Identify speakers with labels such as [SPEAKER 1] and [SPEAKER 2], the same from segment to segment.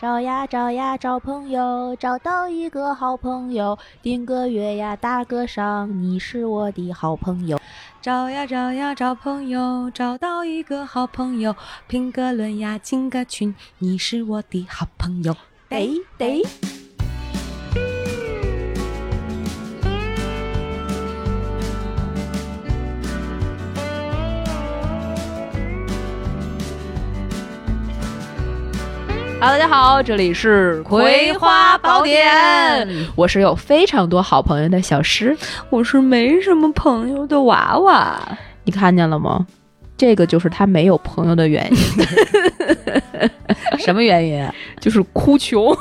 [SPEAKER 1] 找呀找呀找朋友，找到一个好朋友，订个月呀打个赏，你是我的好朋友。
[SPEAKER 2] 找呀找呀找朋友，找到一个好朋友，评个论呀进个群，你是我的好朋友。
[SPEAKER 1] 得得，
[SPEAKER 3] 哈喽，大家好，这里是《葵花宝典》，我是有非常多好朋友的小诗，
[SPEAKER 2] 我是没什么朋友的哦娃娃。
[SPEAKER 3] 你看见了吗？这个就是他没有朋友的原因，
[SPEAKER 1] 什么原
[SPEAKER 3] 啊
[SPEAKER 1] 因？
[SPEAKER 3] 就是哭 穷，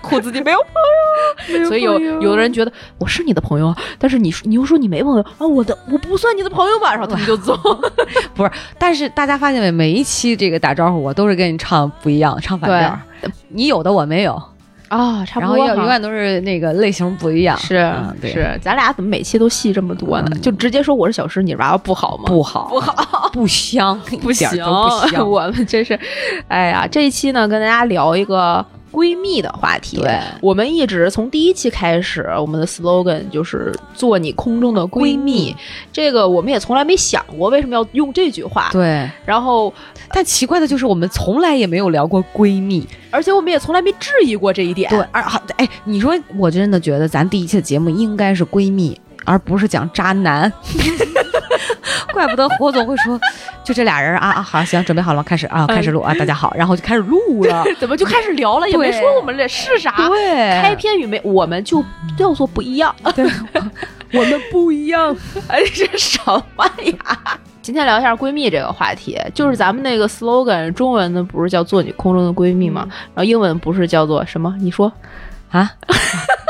[SPEAKER 3] 哭自己没有朋友，所以有有的人觉得我是你的朋友，但是你说你又说你没朋友啊，我的我不算你的朋友吧，然后他们就走。
[SPEAKER 2] 但是大家发现没？每一期这个打招呼，我都是跟你唱不一样，唱反调。你有的我没有，
[SPEAKER 3] 啊，差不
[SPEAKER 2] 然后
[SPEAKER 3] 多哈。
[SPEAKER 2] 要永远都是那个类型不一样，
[SPEAKER 3] 是、
[SPEAKER 2] 嗯对
[SPEAKER 3] 是，咱俩怎么每期都戏这么多呢？
[SPEAKER 2] 嗯
[SPEAKER 3] 就直接说我是小诗，你是娃娃不好吗？
[SPEAKER 2] 不好，不好，不 香，
[SPEAKER 3] 不
[SPEAKER 2] 一点
[SPEAKER 3] 行，
[SPEAKER 2] 儿 都不香。
[SPEAKER 3] 我们真是，哎呀，这一期呢，跟大家聊一个闺蜜的话题。
[SPEAKER 2] 对，
[SPEAKER 3] 我们一直从第一期开始，我们的 slogan 就是做你空中的闺蜜。
[SPEAKER 2] 闺蜜
[SPEAKER 3] 这个我们也从来没想过为什么要用这句话。
[SPEAKER 2] 对，
[SPEAKER 3] 然后，
[SPEAKER 2] 但奇怪的就是，我们从来也没有聊过闺蜜。
[SPEAKER 3] 而且我们也从来没质疑过这一点。
[SPEAKER 2] 对，，而好，哎，你说，我真的觉得咱第一期的节目应该是闺蜜，而不是讲渣男。 怪不得火总会说，就这俩人啊啊，好，行，准备好了，开始啊，
[SPEAKER 3] 哎
[SPEAKER 2] 开始录啊，大家好，然后就开始录了。
[SPEAKER 3] 怎么就开始聊了？也没
[SPEAKER 2] 对
[SPEAKER 3] 说我们这是啥。
[SPEAKER 2] 对，
[SPEAKER 3] 开篇与没，我们就叫做不一样。
[SPEAKER 2] 我们不一样。
[SPEAKER 3] 哎，这什么呀？今天聊一下闺蜜这个话题，就是咱们那个 slogan，中文的不是叫“做你空中的闺蜜”吗？然后英文不是叫做什么？你说？
[SPEAKER 2] 啊，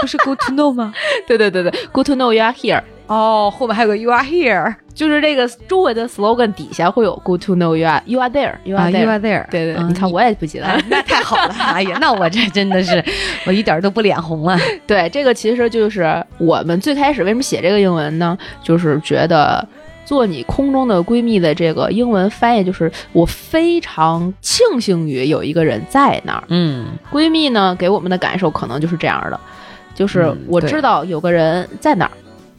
[SPEAKER 2] 不是 good to know 吗？
[SPEAKER 3] 对对对对，Good to know you are here，
[SPEAKER 2] 哦，后面还有个 you are here
[SPEAKER 3] 就是这个中文的 slogan 底下会有 Good to know you are 啊 you are there，you are
[SPEAKER 2] y
[SPEAKER 3] there，、
[SPEAKER 2] o u are there。
[SPEAKER 3] 对对，
[SPEAKER 2] 嗯
[SPEAKER 3] 你啊看我也不记得了。
[SPEAKER 2] 哎那太好了，哎呀，那我这真的是，我一点儿都不脸红了。
[SPEAKER 3] 对，这个其实就是我们最开始为什么写这个英文呢？就是觉得做你空中的闺蜜的这个英文翻译，就是我非常庆幸于有一个人在那儿。
[SPEAKER 2] 嗯，
[SPEAKER 3] 闺蜜呢给我们的感受可能就是这样的，就是
[SPEAKER 2] 嗯
[SPEAKER 3] 我
[SPEAKER 2] 对
[SPEAKER 3] 知道有个人在哪儿、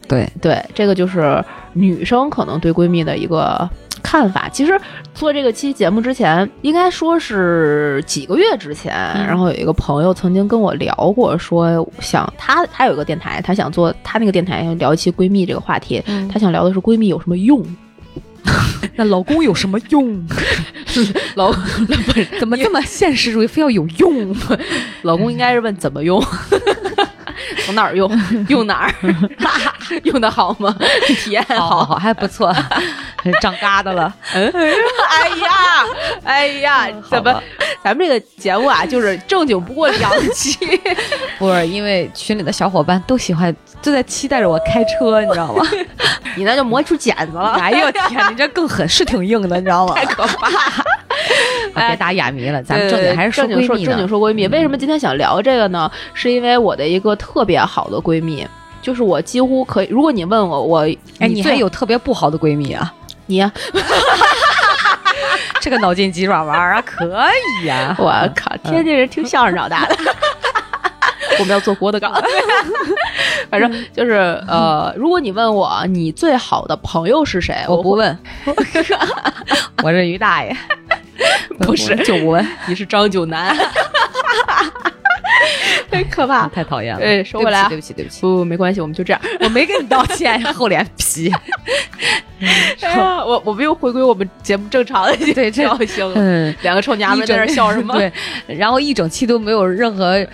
[SPEAKER 2] 对，
[SPEAKER 3] 对，这个就是女生可能对闺蜜的一个看法。其实做这个期节目之前，应该说是几个月之前，
[SPEAKER 2] 嗯
[SPEAKER 3] 然后有一个朋友曾经跟我聊过，说想她她有一个电台，她想做她那个电台要聊一期闺蜜这个话题，她想聊的是闺蜜有什么用，
[SPEAKER 2] 那老公有什么用？
[SPEAKER 3] 老
[SPEAKER 2] 怎么这么现实主义，非要有 用？
[SPEAKER 3] 老公应该是问怎么用， 从哪儿用，用哪儿， 用的好吗？ 体验
[SPEAKER 2] 好
[SPEAKER 3] 好。
[SPEAKER 2] 好，还不错， 长疙瘩了。
[SPEAKER 3] 哎呀，哎呀
[SPEAKER 2] 嗯，
[SPEAKER 3] 怎
[SPEAKER 2] 好
[SPEAKER 3] 么
[SPEAKER 2] 吧？
[SPEAKER 3] 咱们这个节目啊，就是正经不过两期，
[SPEAKER 2] 不是因为群里的小伙伴都喜欢，都在期待着我开车， 你知 道吗？
[SPEAKER 3] 你那就磨出茧子 了，
[SPEAKER 2] 哎呦天，你这更狠，是挺硬的，你知 道吗？
[SPEAKER 3] 太可怕。
[SPEAKER 2] 啊别打哑谜了，咱们
[SPEAKER 3] 对
[SPEAKER 2] 正
[SPEAKER 3] 对
[SPEAKER 2] 经还是
[SPEAKER 3] 正经
[SPEAKER 2] 闺蜜
[SPEAKER 3] 正经
[SPEAKER 2] 呢。嗯
[SPEAKER 3] 说闺蜜。为什么今天想聊这个呢？是因为我的一个特别好的闺蜜，就是我几乎可以，如果你问我，我
[SPEAKER 2] 哎，你还
[SPEAKER 3] 最
[SPEAKER 2] 有特别不好的闺蜜 啊？
[SPEAKER 3] 你呀
[SPEAKER 2] 这个脑筋急转弯儿啊，可以呀、
[SPEAKER 3] 我靠，
[SPEAKER 2] 嗯
[SPEAKER 3] 天津人听相声长大的。我们要做郭德纲， 反正就是呃，如果你问我你最好的朋友是谁，
[SPEAKER 2] 我不
[SPEAKER 3] 会，
[SPEAKER 2] 问，我是于大爷，
[SPEAKER 3] 不是
[SPEAKER 2] 就不问，
[SPEAKER 3] 你是张九 南，太可怕。
[SPEAKER 2] 太讨厌了。
[SPEAKER 3] 哎说回来啊
[SPEAKER 2] 对不起，对不起，
[SPEAKER 3] 不，没关系，我们就这样。
[SPEAKER 2] 对不起我没跟你道 歉，厚脸皮。
[SPEAKER 3] 哎呀 我我们又回归我们节目正常的
[SPEAKER 2] 对这
[SPEAKER 3] 调性了。
[SPEAKER 2] 嗯，
[SPEAKER 3] 两个臭娘们在那儿笑 什么？
[SPEAKER 2] 对，然后一整期都没有任何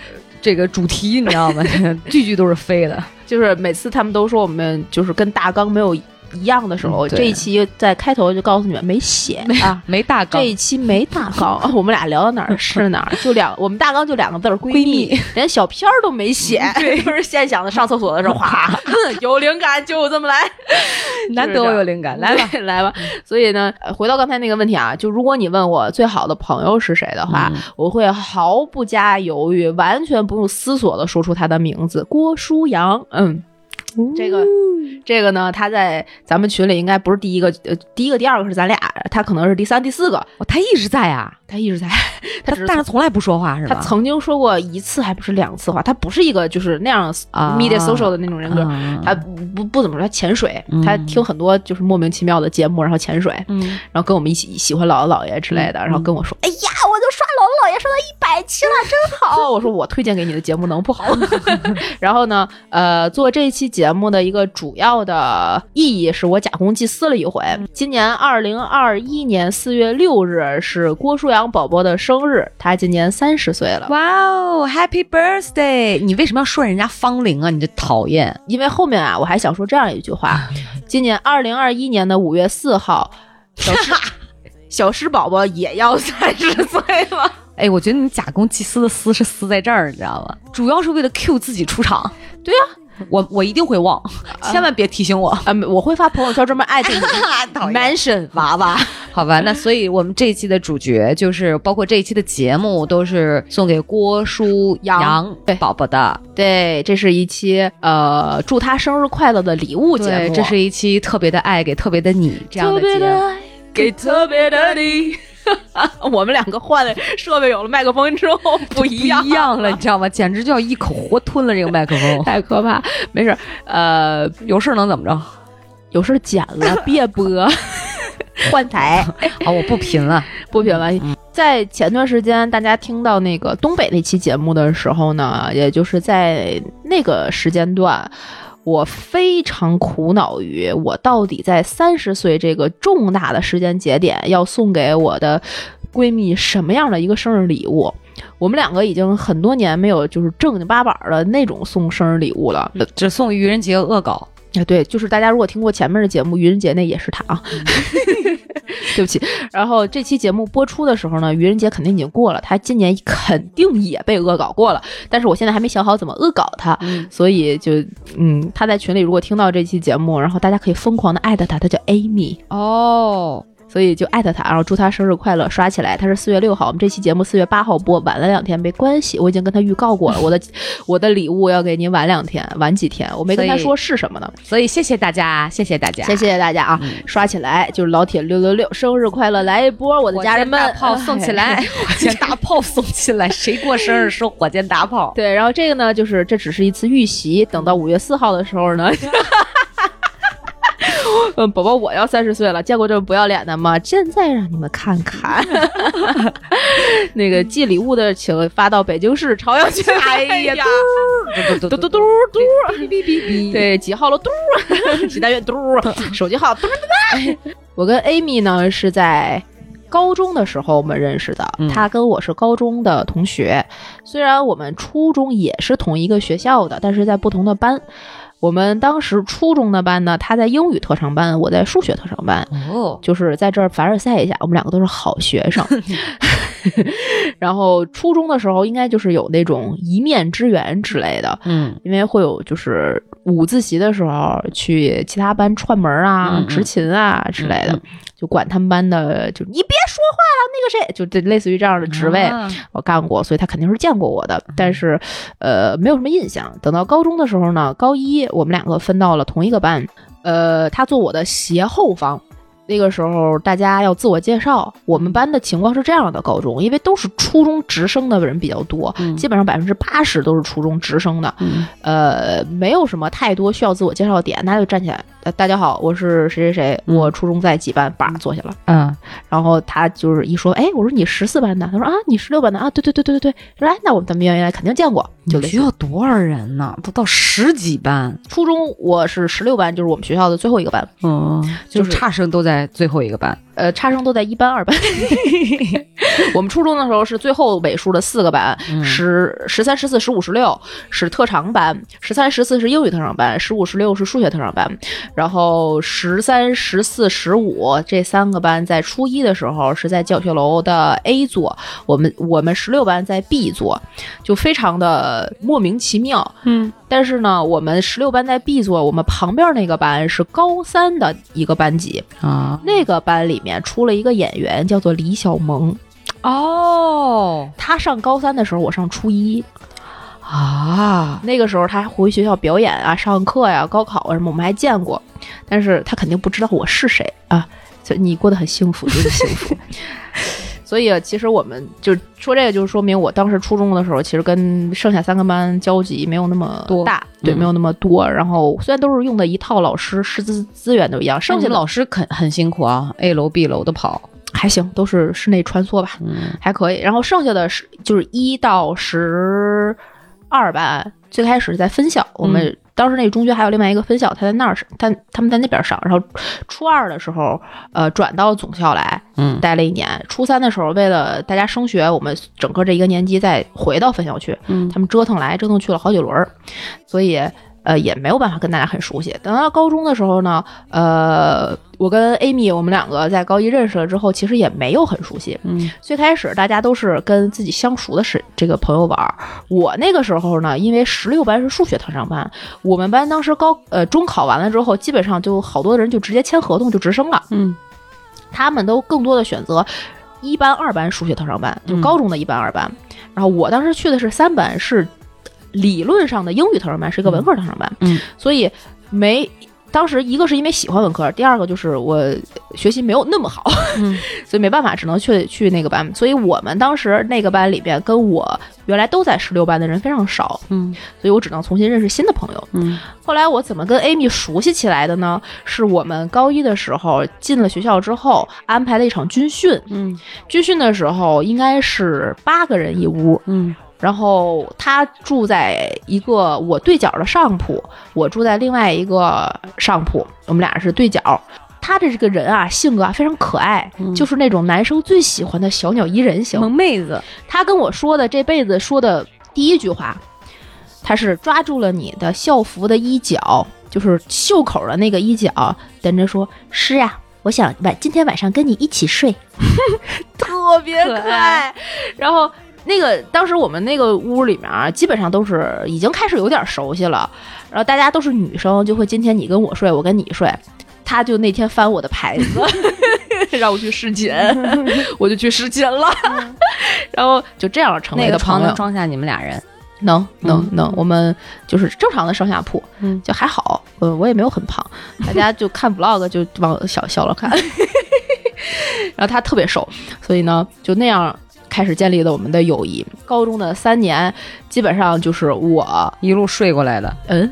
[SPEAKER 2] 这个主题，你知道吗？ 句句都是飞的。
[SPEAKER 3] 就是每次他们都说我们就是跟大纲没有一样的时候，
[SPEAKER 2] 嗯对
[SPEAKER 3] 这一期在开头就告诉你们没写 啊，
[SPEAKER 2] 没大纲
[SPEAKER 3] 这，一期没大纲， 我们俩聊到哪儿是哪儿，就两我们大纲就两个字儿闺
[SPEAKER 2] 闺 蜜
[SPEAKER 3] 连小片儿都没写，对， 就是现想的。上厕所的时候，哗，嗯 有灵感就这么来，
[SPEAKER 2] 难得我有灵感，来吧。
[SPEAKER 3] 吧 来吧。
[SPEAKER 2] 嗯
[SPEAKER 3] 所以呢，呃回到刚才那个问题啊，就如果你问我最好的朋友是谁的话，
[SPEAKER 2] 嗯
[SPEAKER 3] 我会毫不加犹豫，完全不用思索的说出他的名字——郭舒阳。嗯。
[SPEAKER 2] 哦
[SPEAKER 3] 这个，这个呢，他在咱们群里应该不是第一个，呃，第一个、第二个是咱俩，他可能是第三、第四个，
[SPEAKER 2] 哦他一直在啊，
[SPEAKER 3] 他一直在，他
[SPEAKER 2] 他
[SPEAKER 3] 只是
[SPEAKER 2] 但是从来不说话是
[SPEAKER 3] 他
[SPEAKER 2] 吧？
[SPEAKER 3] 曾经说过一次，还不是两次话，他不是一个就是那样
[SPEAKER 2] 啊
[SPEAKER 3] media social 的那种人格，
[SPEAKER 2] 嗯
[SPEAKER 3] 他不不不怎么说，他潜水，
[SPEAKER 2] 嗯
[SPEAKER 3] 他听很多就是莫名其妙的节目，然后潜水，
[SPEAKER 2] 嗯，
[SPEAKER 3] 然后跟我们一起喜欢姥姥姥爷之类的，
[SPEAKER 2] 嗯
[SPEAKER 3] 然后跟我说，哎呀，我就刷姥姥姥爷刷到一百期了，真好。我说我推荐给你的节目能不 好？然后呢，呃，做这期节目的一个主要的意义是我假公济私了一回。今年二零二一年四月六日是郭舒阳宝宝的生日，他今年三十岁了。
[SPEAKER 2] 哇哦，Happy Birthday！你为什么要顺人家芳龄啊？你这讨厌！
[SPEAKER 3] 因为后面啊，我还想说这样一句 话：今年二零二一年的五月四号，小 狮小狮宝宝也要三十岁了。
[SPEAKER 2] 哎，我觉得你假公济私的私是私在这儿，你知道吗？啊主要是为了 cue 自己出场。
[SPEAKER 3] 对呀、
[SPEAKER 2] 我我一定会忘，千万别提醒我。
[SPEAKER 3] 啊，没我会发朋友圈专门艾特
[SPEAKER 2] 讨
[SPEAKER 3] 你
[SPEAKER 2] 厌
[SPEAKER 3] mention 娃娃。
[SPEAKER 2] 好吧，那所以我们这一期的主角就是，包括这一期的节目都是送给郭书阳
[SPEAKER 3] 对
[SPEAKER 2] 宝宝的。
[SPEAKER 3] 对，这是一期呃祝他生日快乐的礼物节
[SPEAKER 2] 对，
[SPEAKER 3] 目，啊
[SPEAKER 2] 这是一期特别的爱给特别的你这样
[SPEAKER 3] 特
[SPEAKER 2] 的
[SPEAKER 3] 别
[SPEAKER 2] 节目。
[SPEAKER 3] 的给特别的你。 我们两个换了设备，有了麦克风之后不一样
[SPEAKER 2] 不一样了，你知道吗？简直就要一口活吞了这个麦克风。
[SPEAKER 3] 太可怕。没事儿，呃，
[SPEAKER 2] 有事儿能怎么 着？好，
[SPEAKER 3] 有事儿剪了，别播，换台。
[SPEAKER 2] 我不贫了。
[SPEAKER 3] 不品玩意。在前段时间，大家听到那个东北那期节目的时候呢，也就是在那个时间段，我非常苦恼于我到底在三十岁这个重大的时间节点要送给我的闺蜜什么样的一个生日礼物。我们两个已经很多年没有就是正经八板儿的那种送生日礼物了。
[SPEAKER 2] 只送愚人节恶搞，
[SPEAKER 3] 啊，对，就是大家如果听过前面的节目，愚人节那也是他啊，
[SPEAKER 2] 嗯
[SPEAKER 3] 对不起。然后这期节目播出的时候呢，愚人节肯定已经过了，他今年肯定也被恶搞过了，但是我现在还没想好怎么恶搞他，所以就嗯，他在群里如果听到这期节目，然后大家可以疯狂的艾特他，他叫 Amy，
[SPEAKER 2] 哦，
[SPEAKER 3] 所以就艾特他，然后祝他生日快乐，刷起来。他是四月六号，我们这期节目四月八号播，晚了两天没关系，我已经跟他预告过了，我的我的礼物要给您晚两天，晚几天，我没跟他
[SPEAKER 2] 所以
[SPEAKER 3] 说是什么呢。
[SPEAKER 2] 所以谢谢大家，谢谢大嗯家，
[SPEAKER 3] 谢谢大家啊！刷起来，就是老铁六六六，生日快乐，来一波！我的
[SPEAKER 2] 火
[SPEAKER 3] 家人
[SPEAKER 2] 箭
[SPEAKER 3] 们，
[SPEAKER 2] 大炮送起来，
[SPEAKER 3] 哎。
[SPEAKER 2] 火箭大炮送起来，谁过生 日收火箭大炮？
[SPEAKER 3] 对，然后这个呢，就是这只是一次预习，等到五月四号的时候呢。 嗯，宝宝，我要三十岁了，见过这么不要脸的吗？现在让你们看 看，那个寄礼物的，请发到北京市朝 阳区。
[SPEAKER 2] 哎呀，嘟
[SPEAKER 3] 嘟
[SPEAKER 2] 嘟
[SPEAKER 3] 嘟嘟
[SPEAKER 2] 嘟嘟，
[SPEAKER 3] 嘟，
[SPEAKER 2] 哔哔哔对，
[SPEAKER 3] 对，几号了？嘟， 几单元嘟，手机号嘟嘟嘟。哎我跟 Amy 呢是在高中的时候我们认识的，
[SPEAKER 2] 嗯
[SPEAKER 3] 她跟我是高中的同学，虽然我们初中也是同一个学校的，但是在不同的班。我们当时初中的班呢，她在英语特长班，我在数学特长班。
[SPEAKER 2] 哦，
[SPEAKER 3] 就是在这儿凡尔赛一下，我们两个都是好学 生。然后初中的时候，应该就是有那种一面之缘之类的，
[SPEAKER 2] 嗯，
[SPEAKER 3] 因为会有就是午自习的时候去其他班串门啊、
[SPEAKER 2] 嗯嗯
[SPEAKER 3] 执勤啊之类的，
[SPEAKER 2] 嗯
[SPEAKER 3] 就管他们班的，就你别说话了，那个谁，就这类似于这样的职位，
[SPEAKER 2] 啊嗯
[SPEAKER 3] 我干过，所以他肯定是见过我的，但是呃没有什么印象。等到高中的时候呢，高一我们两个分到了同一个班，呃，他坐我的斜后方。那个时候大家要自我介绍，我
[SPEAKER 2] 嗯
[SPEAKER 3] 们班的情况是这样的：高中因为都是初中直升的人比较多，
[SPEAKER 2] 嗯
[SPEAKER 3] 基本上百分之八十都是初中直升的，
[SPEAKER 2] 嗯
[SPEAKER 3] 呃，没有什么太多需要自我介绍的点，那就站起来，呃，大家好，我是谁谁谁，
[SPEAKER 2] 嗯
[SPEAKER 3] 我初中在几班，叭坐下了。
[SPEAKER 2] 嗯，
[SPEAKER 3] 然后他就是一说，哎，我说你十四班的，他说啊，你十六班的啊，对对对对对对，说哎，那我们咱们原来肯定见过，就
[SPEAKER 2] 就
[SPEAKER 3] 类
[SPEAKER 2] 学
[SPEAKER 3] 似
[SPEAKER 2] 校多少人呢？都到十几班，
[SPEAKER 3] 初中我是十六班，就是我们学校的最后一个班，
[SPEAKER 2] 嗯，
[SPEAKER 3] 就
[SPEAKER 2] 就是差生都在最后一个班，
[SPEAKER 3] 呃，差生都在一班、二班。我们初中的时候是最后尾数的四个班，
[SPEAKER 2] 嗯
[SPEAKER 3] 十十三、十四、十五、十六是特长班，十三、十四是英语特长班，十五、十六是数学特长班，然后十三、十四、十五这三个班在初一的时候是在教学楼的 A 座，我们我们十六班在 B 座，就非常的莫名其妙。
[SPEAKER 2] 嗯，
[SPEAKER 3] 但是呢，我们十六班在 B 座，我们旁边那个班是高三的一个班级，
[SPEAKER 2] 啊，
[SPEAKER 3] 那个班里面出了一个演员，叫做李小萌。
[SPEAKER 2] 哦，
[SPEAKER 3] 她上高三的时候，我上初一，
[SPEAKER 2] 啊，
[SPEAKER 3] 那个时候她还回学校表演啊、上课呀、高考啊什么，我们还见过。但是她肯定不知道我是谁啊，所以你过得很幸福，就是幸福。 所以其实我们就说这个，就是说明我当时初中的时候，其实跟剩下三个班交集没有那么
[SPEAKER 2] 多
[SPEAKER 3] 大，对，
[SPEAKER 2] 嗯
[SPEAKER 3] 没有那么多。然后虽然都是用的一套老师，师资资源都一样，剩
[SPEAKER 2] 剩
[SPEAKER 3] 下
[SPEAKER 2] 下
[SPEAKER 3] 的
[SPEAKER 2] 老师肯很辛苦啊，A 楼 B 楼的跑，
[SPEAKER 3] 还行，都是室内穿梭吧，
[SPEAKER 2] 嗯，
[SPEAKER 3] 还可以。然后剩下的是就是一到十二班，最开始在分校，我们当时那个中学还有另外一个分校，他在那儿上，他他们在那边上。然后初二的时候，呃，转到总校来，
[SPEAKER 2] 嗯
[SPEAKER 3] 待了一年。初三的时候，为了大家升学，我们整个这一个年级再回到分校去，
[SPEAKER 2] 嗯
[SPEAKER 3] 他们折腾来折腾去了好几轮儿，所以呃也没有办法跟大家很熟悉。等到高中的时候呢，呃，我跟 Amy 我们两个在高一认识了之后，其实也没有很熟悉。
[SPEAKER 2] 嗯，
[SPEAKER 3] 最开始大家都是跟自己相熟的是这个朋友玩儿。我那个时候呢，因为十六班是数学特长班，我们班当时高呃中考完了之后，基本上就好多人就直接签合同就直升了。
[SPEAKER 2] 嗯，
[SPEAKER 3] 他们都更多的选择一班、二班数学特长班，就
[SPEAKER 2] 嗯
[SPEAKER 3] 高中的一班、二班。然后我当时去的是三班，是理论上的英语特长班，是一个文科特长班。
[SPEAKER 2] 嗯，
[SPEAKER 3] 所以没。当时一个是因为喜欢文科，第二个就是我学习没有那么好，
[SPEAKER 2] 嗯
[SPEAKER 3] 所以没办法，只能去去那个班。所以我们当时那个班里边跟我原来都在十六班的人非常少，
[SPEAKER 2] 嗯
[SPEAKER 3] 所以我只能重新认识新的朋友。
[SPEAKER 2] 嗯
[SPEAKER 3] 后来我怎么跟 Amy 熟悉起来的呢？是我们高一的时候进了学校之后安排了一场军训。
[SPEAKER 2] 嗯
[SPEAKER 3] 军训的时候应该是八个人一屋，
[SPEAKER 2] 嗯
[SPEAKER 3] 然后他住在一个我对角的上铺，我住在另外一个上铺，我们俩是对角。他的这个人啊，性格啊非常可爱，
[SPEAKER 2] 嗯
[SPEAKER 3] 就是那种男生最喜欢的小鸟依人型。
[SPEAKER 2] 萌妹子，
[SPEAKER 3] 他跟我说的这辈子说的第一句话，他是抓住了你的校服的衣角，就是袖口的那个衣角，等着说：“是啊呀、我想晚今天晚上跟你一起 睡。”特 别可爱。
[SPEAKER 2] 可爱
[SPEAKER 3] 然后那个当时我们那个屋里面啊，基本上都是已经开始有点熟悉了，然后大家都是女生，就会今天你跟我睡，我跟你睡。他就那天翻我的牌 子，让我去试琴，我就去试琴了，然后嗯就这样成为
[SPEAKER 2] 那
[SPEAKER 3] 了
[SPEAKER 2] 个床
[SPEAKER 3] 朋友
[SPEAKER 2] 能。装下你们俩人，
[SPEAKER 3] 能能
[SPEAKER 2] 嗯
[SPEAKER 3] 能，我们就是正常的上下铺，
[SPEAKER 2] 嗯
[SPEAKER 3] 就还好，呃，我也没有很胖，大家就看 vlog 就往小小了看，然后他特别瘦，所以呢，就那样开始建立了我们的友谊。高中的三年，基本上就是我，
[SPEAKER 2] 一路睡过来的，
[SPEAKER 3] 嗯，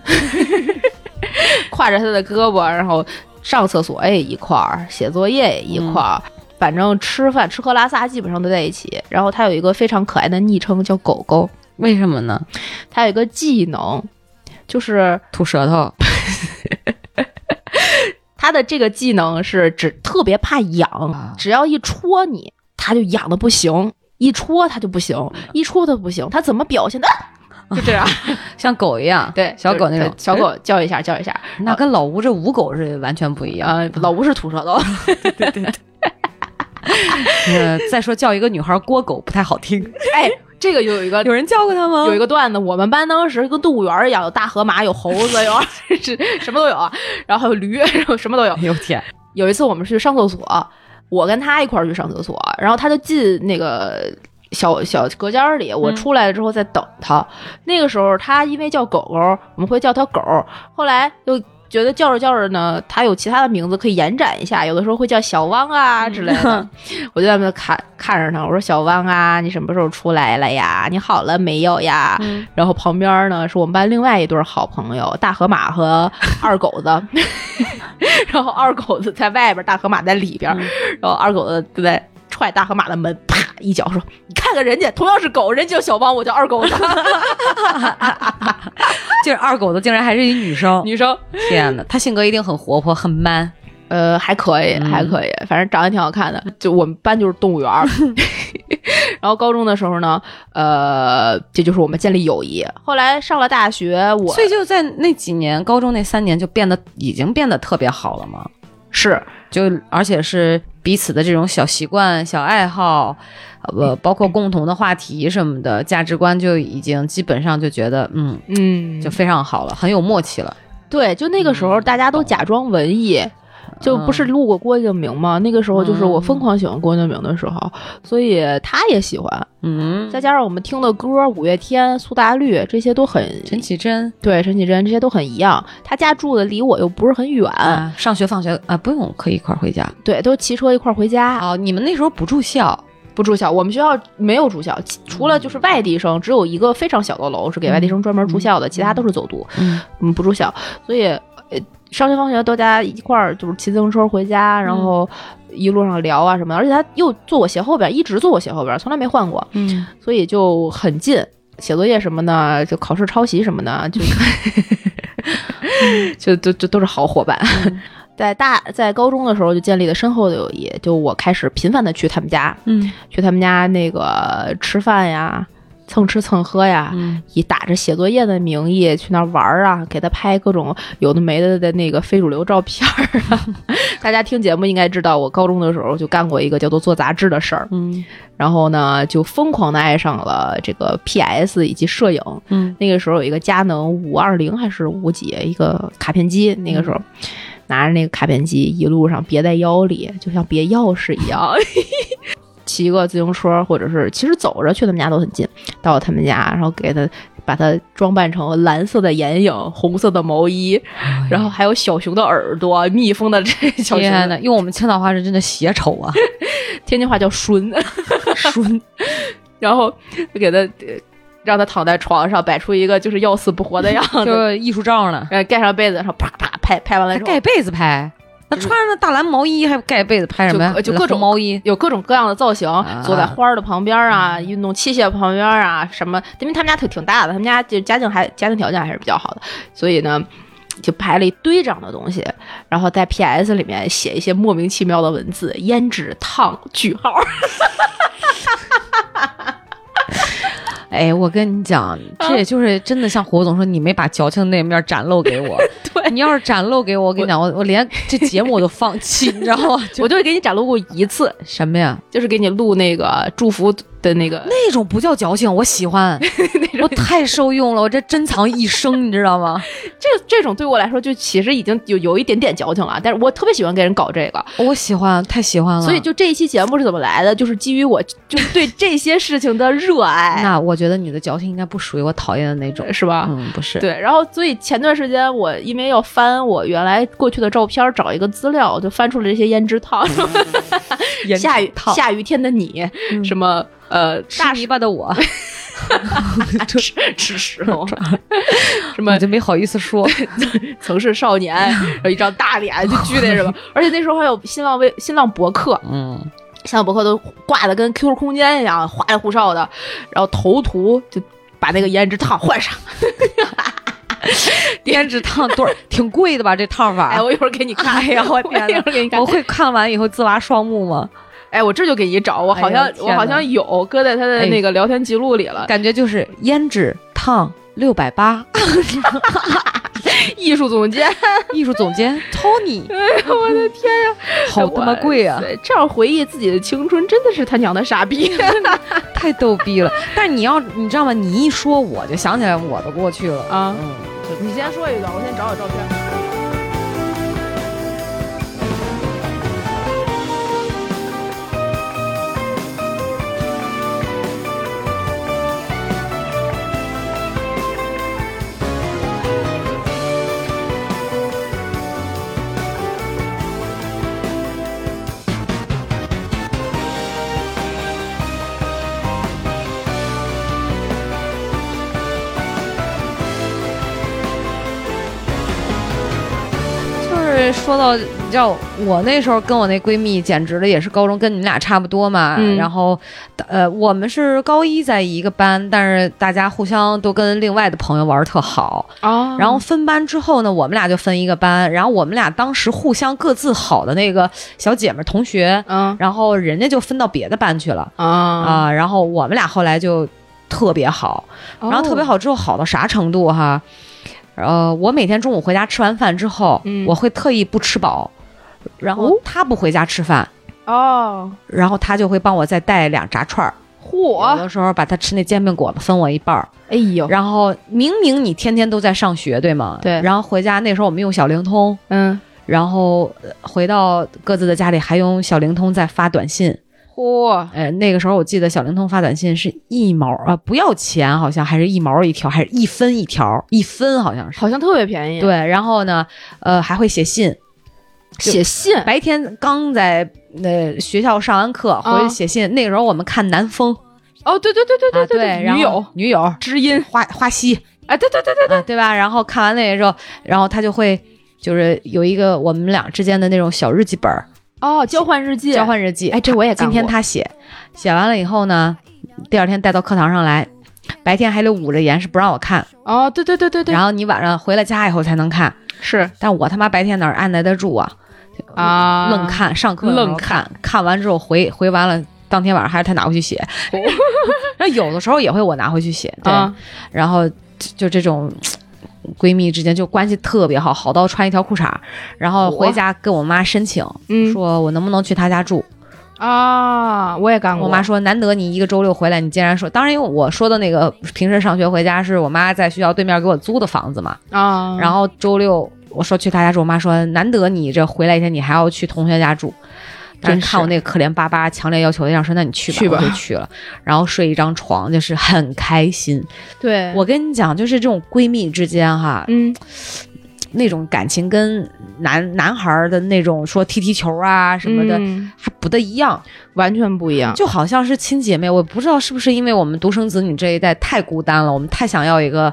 [SPEAKER 3] 挎着他的胳膊，然后上厕所也一块儿，写作业也一块儿。反正吃饭吃喝拉撒基本上都在一起，然后他有一个非常可爱的昵称叫狗狗，
[SPEAKER 2] 为什么呢？
[SPEAKER 3] 他有一个技能，就是
[SPEAKER 2] 吐舌头，
[SPEAKER 3] 他的这个技能是只特别怕痒
[SPEAKER 2] 啊，
[SPEAKER 3] 只要一戳你，他就痒的不行，一戳他就不行，一戳他不行，他怎么表现的？ 啊就这 样，
[SPEAKER 2] 像狗一样，
[SPEAKER 3] 对，
[SPEAKER 2] 小狗那
[SPEAKER 3] 就是
[SPEAKER 2] 种
[SPEAKER 3] 小，狗叫一下，叫一下，
[SPEAKER 2] 那跟老吴这吴狗是完全不一样。
[SPEAKER 3] 呃，老吴是吐舌头，
[SPEAKER 2] 呃，再说叫一个女孩郭狗不太好听，
[SPEAKER 3] 哎，这个有一个
[SPEAKER 2] 有人叫过他吗？
[SPEAKER 3] 有一个段子，我们班当时跟动物园儿一样，有大河马，有猴子，有是什么都有，啊然后还有驴， 然后什么都有
[SPEAKER 2] 哎。呦天，
[SPEAKER 3] 有一次我们去上厕所，我跟他一块儿去上厕所，然后他就进那个小小隔间儿里，我出来了之后再等他。那个时候他因为叫狗狗，我们会叫他狗，后来又。觉得叫着叫着呢，他有其他的名字可以延展一下，有的时候会叫小汪啊之类的。我就在那看看着他，我说小汪啊，你什么时候出来了呀？你好了没有呀？
[SPEAKER 2] 嗯
[SPEAKER 3] 然后旁边呢是我们班另外一对好朋友，大河马和二狗子。然后二狗子在外边，大河马在里边，
[SPEAKER 2] 嗯
[SPEAKER 3] 然后二狗子就在踹大河马的门，啪一脚说：“你看看人家，同样是狗，人家叫小汪，我叫二狗 子，
[SPEAKER 2] 就是二狗子竟然还是一女生，
[SPEAKER 3] 女生。
[SPEAKER 2] 天呐，她性格一定很活泼，很 man。”
[SPEAKER 3] 呃，还可以，
[SPEAKER 2] 嗯
[SPEAKER 3] 还可以，反正长得挺好看的。就我们班就是动物园 儿。然后高中的时候呢，呃，这就是我们建立友谊。后来上了大学，我
[SPEAKER 2] 所以就在那几年，高中那三年就变得已经变得特别好了嘛，
[SPEAKER 3] 是
[SPEAKER 2] 就而且是彼此的这种小习惯、小爱好，呃，包括共同的话题什么的，价值观就已经基本上就觉得嗯，
[SPEAKER 3] 嗯，
[SPEAKER 2] 就非常好了，很有默契了。嗯
[SPEAKER 3] 对，就那个时候大家都假装文艺，就不是路过郭敬明嘛，那个时候就是
[SPEAKER 2] 嗯
[SPEAKER 3] 我疯狂喜欢郭敬明的时候，所以他也喜欢。
[SPEAKER 2] 嗯，
[SPEAKER 3] 再加上我们听的歌，五月天、苏打绿这些都很
[SPEAKER 2] 陈绮贞
[SPEAKER 3] 对，陈绮贞这些都很一样。他家住的离我又不是很远，
[SPEAKER 2] 啊，上学放学啊不用，可以一块儿回家。
[SPEAKER 3] 对，都骑车一块儿回家。
[SPEAKER 2] 哦，你们那时候不住校，
[SPEAKER 3] 啊不住校，我们学校没有住校，其除了就是外地生，只有一个非常小的楼是给外地生专门住校的，其他都是走读，
[SPEAKER 2] 嗯，
[SPEAKER 3] 嗯，不住校，所以呃，上学放学都大家一块儿就是骑自行车回家，然后一路上聊啊什么的，而且他又坐我斜后边，一直坐我斜后边，从来没换过，
[SPEAKER 2] 嗯，
[SPEAKER 3] 所以就很近。写作业什么的，就考试抄袭什么的， 就就都就都是好伙伴。
[SPEAKER 2] 嗯
[SPEAKER 3] 在大在高中的时候就建立了深厚的友谊，就我开始频繁的去他们家，
[SPEAKER 2] 嗯
[SPEAKER 3] 去他们家那个吃饭呀，蹭吃蹭喝呀，
[SPEAKER 2] 嗯，
[SPEAKER 3] 以打着写作业的名义去那儿玩儿啊，给他拍各种有的没的的那个非主流照片儿啊。 大家听节目应该知道，我高中的时候就干过一个叫做做杂志的事儿，
[SPEAKER 2] 嗯
[SPEAKER 3] 然后呢就疯狂的爱上了这个 PS 以及摄影。
[SPEAKER 2] 嗯
[SPEAKER 3] 那个时候有一个佳能五二零还是五几一个卡片机，那个时候。拿着那个卡片机一路上别在腰里，就像别钥匙一样， 骑个自行车或者是其实走着去他们家都很近，到他们家，然后给他把他装扮成蓝色的眼影、红色的毛衣，然后还有小熊的耳朵、蜜蜂的这小熊
[SPEAKER 2] 天
[SPEAKER 3] 的，
[SPEAKER 2] 呐，用我们青岛话是真的邪丑 啊，
[SPEAKER 3] 天津话叫顺顺， 然后就给他呃让他躺在床上，摆出一个 就是要死不活的样子，
[SPEAKER 2] 就是艺术照呢，
[SPEAKER 3] 呃，盖上被子，然后啪啪拍，拍完了
[SPEAKER 2] 还
[SPEAKER 3] 之后
[SPEAKER 2] 盖，被子拍，那穿着那大蓝毛衣还盖被子拍什么呀？呃
[SPEAKER 3] 就就各种
[SPEAKER 2] 红毛衣，
[SPEAKER 3] 有各种各样的造型，坐在花儿的旁边啊，运动器械旁边啊，什么，因为他们家挺挺大的，他们家就家境还家庭条件还是比较好的，所以呢。就排了一堆这样的东西，然后在 PS 里面写一些莫名其妙的文字，胭脂烫句号，
[SPEAKER 2] 哎，我跟你讲，这也就是真的像胡总说，你没把矫情的那一面展露给 我。
[SPEAKER 3] 对
[SPEAKER 2] 你要是展露给我，我跟你讲，我我连这节目我都放弃，你知 道吗？就
[SPEAKER 3] 我就给你展露过一次，
[SPEAKER 2] 什么呀？
[SPEAKER 3] 就是给你录那个祝福的那个，
[SPEAKER 2] 那种不叫矫情，我喜 欢，我太受用了，我这珍藏一生，你知道吗？
[SPEAKER 3] 这这种对我来说就其实已经有有一点点矫情了，啊但是我特别喜欢给人搞这个，
[SPEAKER 2] 我喜欢，太喜欢了。
[SPEAKER 3] 所以就这一期节目是怎么来的？就是基于 我就是对这些事情的热爱，
[SPEAKER 2] 那我觉得你的矫情应该不属于我讨厌的那种。
[SPEAKER 3] 是吧？
[SPEAKER 2] 嗯，不是。
[SPEAKER 3] 对，然后所以前段时间我因为要翻我原来过去的照片，找一个资料，我就翻出了这些胭脂 烫，下雨
[SPEAKER 2] 嗯烫
[SPEAKER 3] 下雨天的你，
[SPEAKER 2] 嗯
[SPEAKER 3] 什么呃
[SPEAKER 2] 大泥巴的我，
[SPEAKER 3] 吃吃石头，什么
[SPEAKER 2] 我就没好意思 说。
[SPEAKER 3] 曾是少 年，然后一张大脸就巨那什么，而且那时候还有新浪微新浪博客，
[SPEAKER 2] 嗯，
[SPEAKER 3] 新浪博客都挂的跟 QQ 空间一样，花里胡哨的，然后头图就把那个胭脂烫换上。
[SPEAKER 2] 胭脂烫多少？挺贵的吧？这烫法。
[SPEAKER 3] 哎，我一会儿给你看。
[SPEAKER 2] 哎呀我
[SPEAKER 3] 一
[SPEAKER 2] 天哪
[SPEAKER 3] 会儿给你看
[SPEAKER 2] 我。会看完以后自挖双目吗？
[SPEAKER 3] 哎，我这就给你找，我好像
[SPEAKER 2] 哎呦
[SPEAKER 3] 我
[SPEAKER 2] 天哪
[SPEAKER 3] 好像有搁在他的那个聊天记录里了。
[SPEAKER 2] 感觉就是胭脂烫六百八，
[SPEAKER 3] 艺术总 监，
[SPEAKER 2] 艺术总 监 Tony，
[SPEAKER 3] 我的天呀，
[SPEAKER 2] 好他妈贵啊
[SPEAKER 3] 哇，塞！这样回忆自己的青春，真的是他娘的傻 逼。
[SPEAKER 2] 太逗逼了。但是你要你知道吗？你一说我就想起来我的过去了
[SPEAKER 3] 啊
[SPEAKER 2] 嗯，
[SPEAKER 3] 你先说一段，我先找找照片。
[SPEAKER 2] 就是说到你知道我那时候跟我那闺蜜简直了，也是高中跟你们俩差不多嘛。
[SPEAKER 3] 嗯
[SPEAKER 2] 然后呃，我们是高一在一个班，但是大家互相都跟另外的朋友玩儿特好。
[SPEAKER 3] 啊
[SPEAKER 2] 然后分班之后呢，我们俩就分一个班，然后我们俩当时互相各自好的那个小姐们儿同学，
[SPEAKER 3] 嗯
[SPEAKER 2] 然后人家就分到别的班去了
[SPEAKER 3] 啊，
[SPEAKER 2] 啊、然后我们俩后来就特别好，然后特别
[SPEAKER 3] 好。
[SPEAKER 2] 好之后好到啥程度哈？呃，我每天中午回家吃完饭之后，
[SPEAKER 3] 嗯
[SPEAKER 2] 我会特意不吃饱，然
[SPEAKER 3] 哦
[SPEAKER 2] 后他不回家吃饭，
[SPEAKER 3] 哦，
[SPEAKER 2] 然后他就会帮我再带俩炸串儿，有
[SPEAKER 3] 嚯！
[SPEAKER 2] 的时候把他吃那煎饼果子分我一半儿。
[SPEAKER 3] 哎呦，
[SPEAKER 2] 然后明明你天天都在上学，对吗？
[SPEAKER 3] 对
[SPEAKER 2] 然后回家那时候我们用小灵通，
[SPEAKER 3] 嗯，
[SPEAKER 2] 然后呃回到各自的家里，还用小灵通在发短信。
[SPEAKER 3] 嚯，
[SPEAKER 2] 呃，那个时候我记得小灵通发短信是一毛啊、不要钱，好像还是一毛一条，还是一分一条，一分好像是。
[SPEAKER 3] 好像特别便宜。，
[SPEAKER 2] 对，然后呢，呃，还会写信，
[SPEAKER 3] 写信
[SPEAKER 2] 白天刚在呃学校上完课回去写信，那个时候我们看《南风》
[SPEAKER 3] 哦，对对对对
[SPEAKER 2] 啊，
[SPEAKER 3] 对
[SPEAKER 2] 然
[SPEAKER 3] 女
[SPEAKER 2] 后
[SPEAKER 3] 友
[SPEAKER 2] 女友
[SPEAKER 3] 知音，
[SPEAKER 2] 花花溪、
[SPEAKER 3] 哎，对对对对，
[SPEAKER 2] 啊，对吧？然后看完那个之后，然后他就会就是有一个我们俩之间的那种小日记本儿，
[SPEAKER 3] 哦，交换日记，
[SPEAKER 2] 交，换日记。
[SPEAKER 3] 哎，这我也干
[SPEAKER 2] 今天
[SPEAKER 3] 过
[SPEAKER 2] 他写，写完了以后呢，第二天带到课堂上来，白天还得捂着严是不让我看，
[SPEAKER 3] 哦，对对对对对
[SPEAKER 2] 然，后你晚上回了家以后才能看，
[SPEAKER 3] 是
[SPEAKER 2] 但我他妈白天哪儿按耐得住啊？
[SPEAKER 3] 啊，
[SPEAKER 2] 愣，看，上课的时候
[SPEAKER 3] 愣
[SPEAKER 2] 看，看完之后回回完了，当天晚上还是他拿回去写。然后有的时候也会我拿回去写，对，
[SPEAKER 3] 啊，
[SPEAKER 2] 然后就就这种。闺蜜之间就关系特别好，好到穿一条裤衩儿，然后回家跟我妈申请，
[SPEAKER 3] 嗯
[SPEAKER 2] 说我能不能去她家住。
[SPEAKER 3] 啊，我也干过，
[SPEAKER 2] 我妈说难得你一个周六回来，你竟然说，当然因为我说的那个平时上学回家是我妈在学校对面给我租的房子嘛，
[SPEAKER 3] 啊，
[SPEAKER 2] 然后周六我说去她家住，我妈说难得你这回来一天，你还要去同学家住。但
[SPEAKER 3] 真
[SPEAKER 2] 是看我那个可怜巴巴、强烈要求的样式，说那你去吧，
[SPEAKER 3] 去吧
[SPEAKER 2] 我就去了。然后睡一张床，就是很开心。
[SPEAKER 3] 对
[SPEAKER 2] 我跟你讲，就是这种闺蜜之间哈，
[SPEAKER 3] 嗯，
[SPEAKER 2] 那种感情跟男男孩儿的那种说踢踢球啊什么的、
[SPEAKER 3] 嗯
[SPEAKER 2] 还不大一样，
[SPEAKER 3] 完全不一样，
[SPEAKER 2] 就好像是亲姐妹。我不知道是不是因为我们独生子女这一代太孤单了，我们太想要一个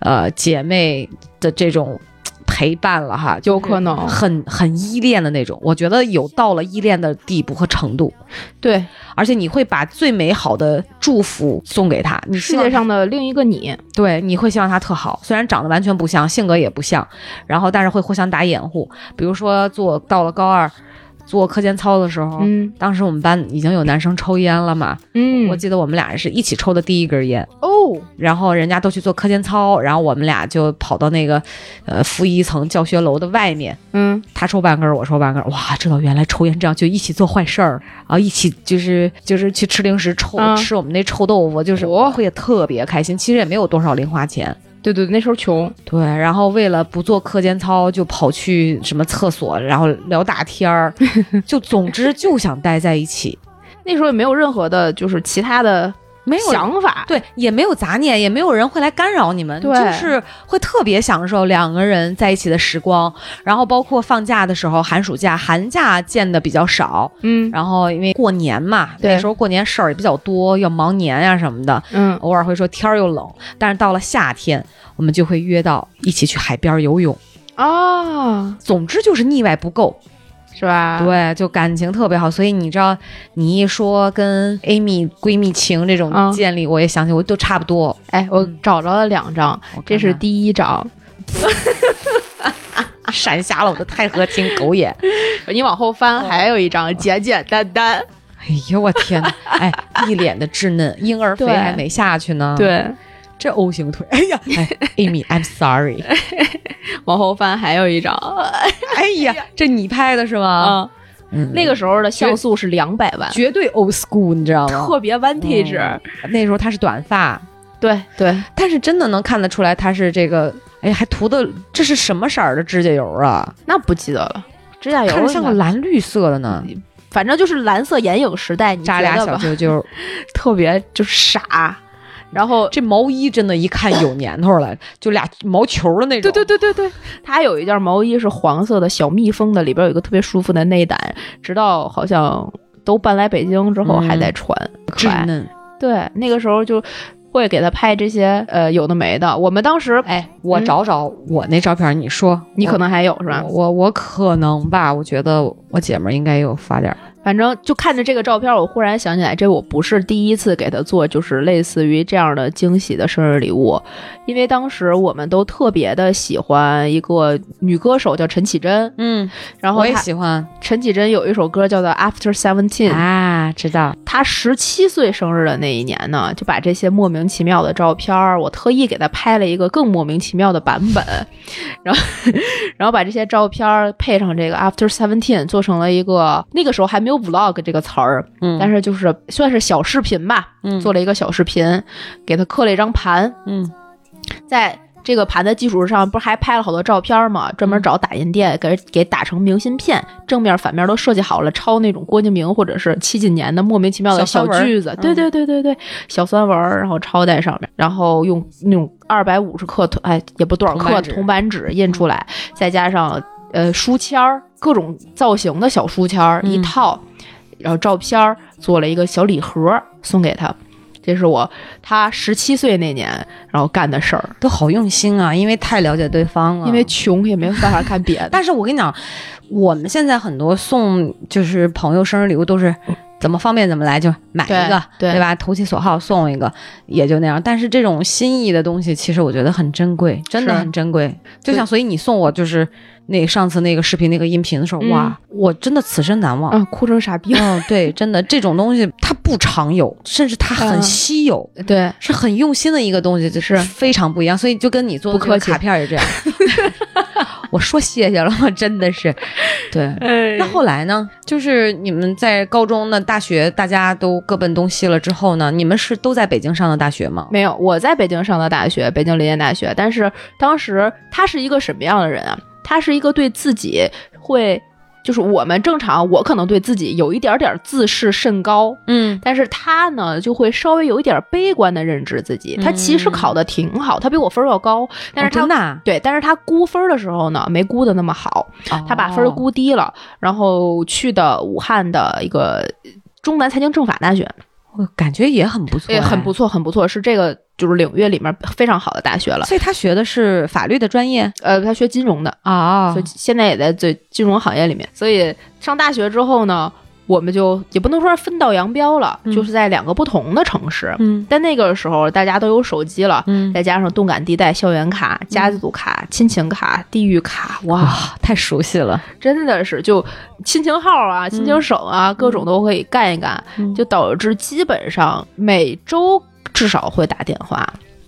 [SPEAKER 2] 呃姐妹的这种陪伴了哈，就
[SPEAKER 3] 有可能，
[SPEAKER 2] 很很依恋的那种。我觉得有到了依恋的地步和程度，
[SPEAKER 3] 对，
[SPEAKER 2] 而且你会把最美好的祝福送给她。你
[SPEAKER 3] 世
[SPEAKER 2] 希望
[SPEAKER 3] 界上的另一个你，
[SPEAKER 2] 对，你会希望他特好，虽然长得完全不像，性格也不像，然后但是会互相打掩护。比如说做到了高二做课间操的时候，
[SPEAKER 3] 嗯
[SPEAKER 2] 当时我们班已经有男生抽烟了嘛，
[SPEAKER 3] 嗯
[SPEAKER 2] 我记得我们俩是一起抽的第一根烟，
[SPEAKER 3] 哦，
[SPEAKER 2] 然后人家都去做课间操，然后我们俩就跑到那个呃负一层教学楼的外面。
[SPEAKER 3] 嗯，
[SPEAKER 2] 他抽半根儿，我抽半根儿，哇，知道原来抽烟这样，就一起做坏事儿，然后一起就是就是去吃零食臭，
[SPEAKER 3] 嗯
[SPEAKER 2] 吃我们那臭豆腐，就是
[SPEAKER 3] 哦
[SPEAKER 2] 会特别开心。其实也没有多少零花钱，
[SPEAKER 3] 对对，那时候穷，
[SPEAKER 2] 对，然后为了不做课间操，就跑去什么厕所，然后聊大天 儿，就总之就想待在一起，
[SPEAKER 3] 那时候也没有任何的，就是其他的
[SPEAKER 2] 没有
[SPEAKER 3] 想法，
[SPEAKER 2] 对，也没有杂念，也没有人会来干扰你们，
[SPEAKER 3] 对
[SPEAKER 2] 就是会特别享受两个人在一起的时光。然后包括放假的时候，寒暑假、寒假见的比较少，
[SPEAKER 3] 嗯
[SPEAKER 2] 然后因为过年嘛，
[SPEAKER 3] 对
[SPEAKER 2] 那时候过年事儿也比较多，要忙年呀、什么的，
[SPEAKER 3] 嗯，
[SPEAKER 2] 偶尔会说天儿又冷，但是到了夏天，我们就会约到一起去海边儿游泳。
[SPEAKER 3] 啊，
[SPEAKER 2] 总之就是腻歪不够，
[SPEAKER 3] 是吧？
[SPEAKER 2] 对，就感情特别好。所以你知道，你一说跟 Amy 闺蜜情这种
[SPEAKER 3] 嗯
[SPEAKER 2] 建立，我也想起我都差不多。
[SPEAKER 3] 哎，我找着了两张，
[SPEAKER 2] 嗯我
[SPEAKER 3] 这是
[SPEAKER 2] 看
[SPEAKER 3] 第一张，
[SPEAKER 2] 看闪瞎了我的太和厅狗眼。
[SPEAKER 3] 你往后翻还有一张，简简单单，
[SPEAKER 2] 哎呦我天 哪！哎，一脸的稚嫩，婴儿肥
[SPEAKER 3] 对
[SPEAKER 2] 还没下去呢。，
[SPEAKER 3] 对，
[SPEAKER 2] 这 O 型腿。哎呀，哎，Amy，I'm sorry。
[SPEAKER 3] 往后翻还有一张，
[SPEAKER 2] 哎呀，这你拍的是吗？
[SPEAKER 3] 啊，
[SPEAKER 2] 嗯
[SPEAKER 3] 那个时候的像素是两百万，
[SPEAKER 2] 绝对 old school，你知道吗？嗯
[SPEAKER 3] 特别 vintage，
[SPEAKER 2] 那时候她是短发，
[SPEAKER 3] 嗯对对，
[SPEAKER 2] 但是真的能看得出来她是这个。哎呀，还涂的这是什么色儿的指甲油啊？
[SPEAKER 3] 那不记得了，指甲油
[SPEAKER 2] 看着像
[SPEAKER 3] 应
[SPEAKER 2] 个
[SPEAKER 3] 该
[SPEAKER 2] 蓝绿色的呢，
[SPEAKER 3] 反正就是蓝色眼影时代，你
[SPEAKER 2] 扎俩
[SPEAKER 3] 觉得
[SPEAKER 2] 小
[SPEAKER 3] 吧
[SPEAKER 2] 揪揪。
[SPEAKER 3] 特别就傻，然后
[SPEAKER 2] 这毛衣真的，一看有年头了，就俩毛球的那种。
[SPEAKER 3] 对对对对对，他有一件毛衣是黄色的小蜜蜂的，里边有一个特别舒服的内胆，直到好像都搬来北京之后
[SPEAKER 2] 嗯
[SPEAKER 3] 还在穿，可
[SPEAKER 2] 稚
[SPEAKER 3] 爱。
[SPEAKER 2] 嫩。
[SPEAKER 3] 对，那个时候就会给他拍这些呃有的没的。我们当时
[SPEAKER 2] 哎，我
[SPEAKER 3] 嗯
[SPEAKER 2] 找找我那照片，你说
[SPEAKER 3] 你可能还有是
[SPEAKER 2] 是
[SPEAKER 3] 吧？
[SPEAKER 2] 我我可能吧，我觉得我姐们儿应该也有发点儿。
[SPEAKER 3] 反正就看着这个照片，我忽然想起来，这我不是第一次给他做，就是类似于这样的惊喜的生日礼物，因为当时我们都特别的喜欢一个女歌手叫陈绮贞，
[SPEAKER 2] 嗯，
[SPEAKER 3] 然后
[SPEAKER 2] 我也
[SPEAKER 3] 她
[SPEAKER 2] 喜欢
[SPEAKER 3] 陈绮贞有一首歌叫做《After Seventeen》，
[SPEAKER 2] 啊，知道。
[SPEAKER 3] 他十七岁生日的那一年呢，就把这些莫名其妙的照片儿，我特意给他拍了一个更莫名其妙的版本， 然后然后把这些照片儿配上这个 After Seventeen，做成了一个那个时候还没有 vlog 这个词儿，
[SPEAKER 2] 嗯
[SPEAKER 3] 但是就是算是小视频吧，
[SPEAKER 2] 嗯
[SPEAKER 3] 做了一个小视频，给他刻了一张盘，
[SPEAKER 2] 嗯
[SPEAKER 3] 在。这个盘的基础上，不是还拍了好多照片吗？专
[SPEAKER 2] 嗯
[SPEAKER 3] 门找打印店给给打成明信片，正面反面都设计好了，抄那种郭敬明或者是七几年的莫名其妙的
[SPEAKER 2] 小
[SPEAKER 3] 小
[SPEAKER 2] 酸文儿嗯
[SPEAKER 3] 句子，对对对对对，小酸文儿，然后抄在上面，然后用那种二百五十克，哎，也不多少
[SPEAKER 2] 铜
[SPEAKER 3] 克
[SPEAKER 2] 板纸嗯
[SPEAKER 3] 铜板纸印出来，再加上呃书签儿，各种造型的小书签儿、
[SPEAKER 2] 嗯
[SPEAKER 3] 一套，然后照片儿做了一个小礼盒儿送给他。这是我他十七岁那年，然后干的事儿，
[SPEAKER 2] 都好用心啊，因为太了解对方了。
[SPEAKER 3] 因为穷也没有办法干别的。
[SPEAKER 2] 嗯但是我跟你讲，我们现在很多送就是朋友生日礼物都是怎么方便怎么来，就买一个，
[SPEAKER 3] 对对
[SPEAKER 2] 吧？投其所好送一个，也就那样。但是这种心意的东西，其实我觉得很珍贵，真的
[SPEAKER 3] 是啊
[SPEAKER 2] 很珍贵。就
[SPEAKER 3] 对
[SPEAKER 2] 像所以你送我就是那上次那个视频那个音频的时候，
[SPEAKER 3] 嗯
[SPEAKER 2] 哇，我真的此生难忘。
[SPEAKER 3] 啊，哭成傻逼了。
[SPEAKER 2] 嗯，对，真的这种东西它不常有，甚至它很
[SPEAKER 3] 嗯
[SPEAKER 2] 稀有。
[SPEAKER 3] 对，
[SPEAKER 2] 是很用心的一个东西，就是非常不一样，所以就跟你做的
[SPEAKER 3] 不
[SPEAKER 2] 这个
[SPEAKER 3] 客气
[SPEAKER 2] 卡片儿也 这样。 我说谢谢了吗？真的是，对。那
[SPEAKER 3] 然后
[SPEAKER 2] 后来呢？就是你们在高中、那大学，大家都各奔东西了之后呢，你们是都在北京上的大学吗？
[SPEAKER 3] 没有，我在北京上的大学，北京林业大学。但是当时他是一个什么样的人啊？他是一个对自己会，就是我们正常，我可能对自己有一点点自视甚高，
[SPEAKER 2] 嗯，
[SPEAKER 3] 但是他呢，就会稍微有一点悲观的认知自己。他其实
[SPEAKER 2] 嗯
[SPEAKER 3] 考的挺好，他比我分儿要高，但是
[SPEAKER 2] 哦
[SPEAKER 3] 他、
[SPEAKER 2] 真的啊，
[SPEAKER 3] 对，但是他估分儿的时候呢，没估的那么好，他把分儿
[SPEAKER 2] 哦
[SPEAKER 3] 估低了，然后去的武汉的一个中南财经政法大学，
[SPEAKER 2] 我感觉也很不错，哎
[SPEAKER 3] 也很不。错，很不错，是这个就是领域里面非常好的大学了。
[SPEAKER 2] 所以他学的是法律的专业
[SPEAKER 3] 呃，他学金融的，
[SPEAKER 2] 啊
[SPEAKER 3] 所以现在也在最金融行业里面。所以上大学之后呢，我们就也不能说是分道扬镳了，
[SPEAKER 2] 嗯
[SPEAKER 3] 就是在两个不同的城市。
[SPEAKER 2] 嗯
[SPEAKER 3] 但那个时候大家都有手机了，
[SPEAKER 2] 嗯，
[SPEAKER 3] 再加上动感地带、校园卡、家族卡、亲情卡、地域卡，哇，
[SPEAKER 2] 哇，太熟悉了，
[SPEAKER 3] 真的是就亲情号啊、亲
[SPEAKER 2] 嗯
[SPEAKER 3] 情省啊，各种都可以干一干，就导致基本上每周至少会打电话，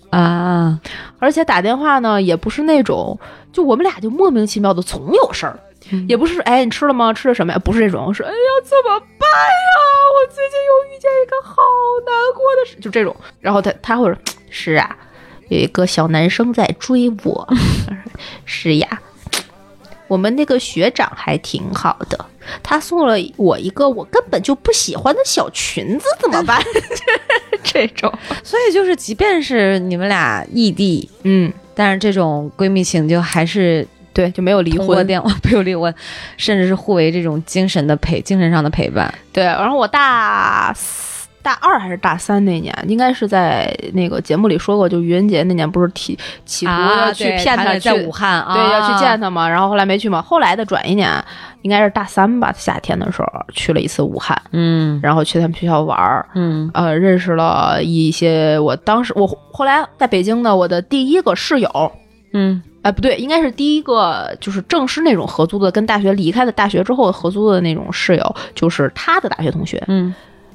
[SPEAKER 2] 啊，
[SPEAKER 3] 而且打电话呢也不是那种就我们俩就莫名其妙的总有事儿。
[SPEAKER 2] 嗯
[SPEAKER 3] 也不是哎，你吃了吗？吃的什么呀？不是这种，是哎呀，怎么办呀？我最近又遇见一个好难过的事，就这种。然后他他会说，是啊，有一个小男生在追我，是呀，我们那个学长还挺好的，他送了我一个我根本就不喜欢的小裙子，怎么办？ 这种，
[SPEAKER 2] 所以就是，即便是你们俩异地，
[SPEAKER 3] 嗯，
[SPEAKER 2] 但是这种闺蜜情就还是
[SPEAKER 3] 对，就没有离
[SPEAKER 2] 通过
[SPEAKER 3] 婚。
[SPEAKER 2] 电话 没有离婚，甚至是互为这种精神的陪、精神上的陪伴。
[SPEAKER 3] 对，然后我大四大二还是大三那年，应该是在那个节目里说过，就愚人节那年不是提企图要去
[SPEAKER 2] 啊对
[SPEAKER 3] 骗
[SPEAKER 2] 他
[SPEAKER 3] 他
[SPEAKER 2] 俩
[SPEAKER 3] 去。
[SPEAKER 2] 在武汉啊，
[SPEAKER 3] 对，要去见他嘛，然后后来没去嘛。后来的转一年，应该是大三吧，夏天的时候去了一次武汉，
[SPEAKER 2] 嗯
[SPEAKER 3] 然后去他们学校玩儿，
[SPEAKER 2] 嗯
[SPEAKER 3] 呃，认识了一些我当时我后来在北京的我的第一个室友，
[SPEAKER 2] 嗯
[SPEAKER 3] 哎，不对，应该是第一个就是正式那种合租的，跟大学离开的大学之后合租的那种室友，就是他的大学同学。
[SPEAKER 2] 嗯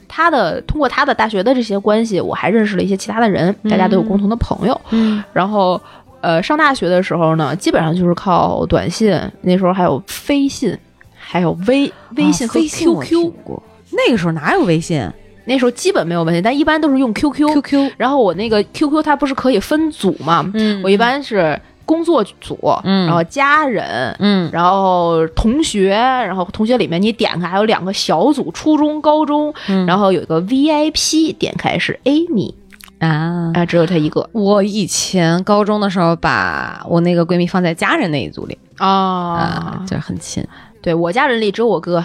[SPEAKER 3] 他的通过他的大学的这些关系，我还认识了一些其他的人，大家都有共同的朋友。
[SPEAKER 2] 嗯，
[SPEAKER 3] 然后，呃，上大学的时候呢，基本上就是靠短信，那时候还有飞信，还有微微信
[SPEAKER 2] 啊
[SPEAKER 3] 和
[SPEAKER 2] 微信我
[SPEAKER 3] QQ、
[SPEAKER 2] 听过那个时候哪有微信
[SPEAKER 3] 那时候基本没有微信，但一般都是用 QQ。
[SPEAKER 2] ？QQ，
[SPEAKER 3] 然后我那个 QQ 它不是可以分组嘛？
[SPEAKER 2] 嗯
[SPEAKER 3] 我一般是工作组，
[SPEAKER 2] 嗯
[SPEAKER 3] 然后家人。
[SPEAKER 2] 嗯
[SPEAKER 3] 然后同学，然后同学里面你点开还有两个小组，初中、高中，
[SPEAKER 2] 嗯
[SPEAKER 3] 然后有一个 VIP，点开是 Amy，
[SPEAKER 2] 啊。
[SPEAKER 3] 啊，只有他一个
[SPEAKER 2] 我以前高中的时候，把我那个闺蜜放在家人那一组里啊，
[SPEAKER 3] 啊
[SPEAKER 2] 就是很亲。
[SPEAKER 3] 对我家人里只有我 哥，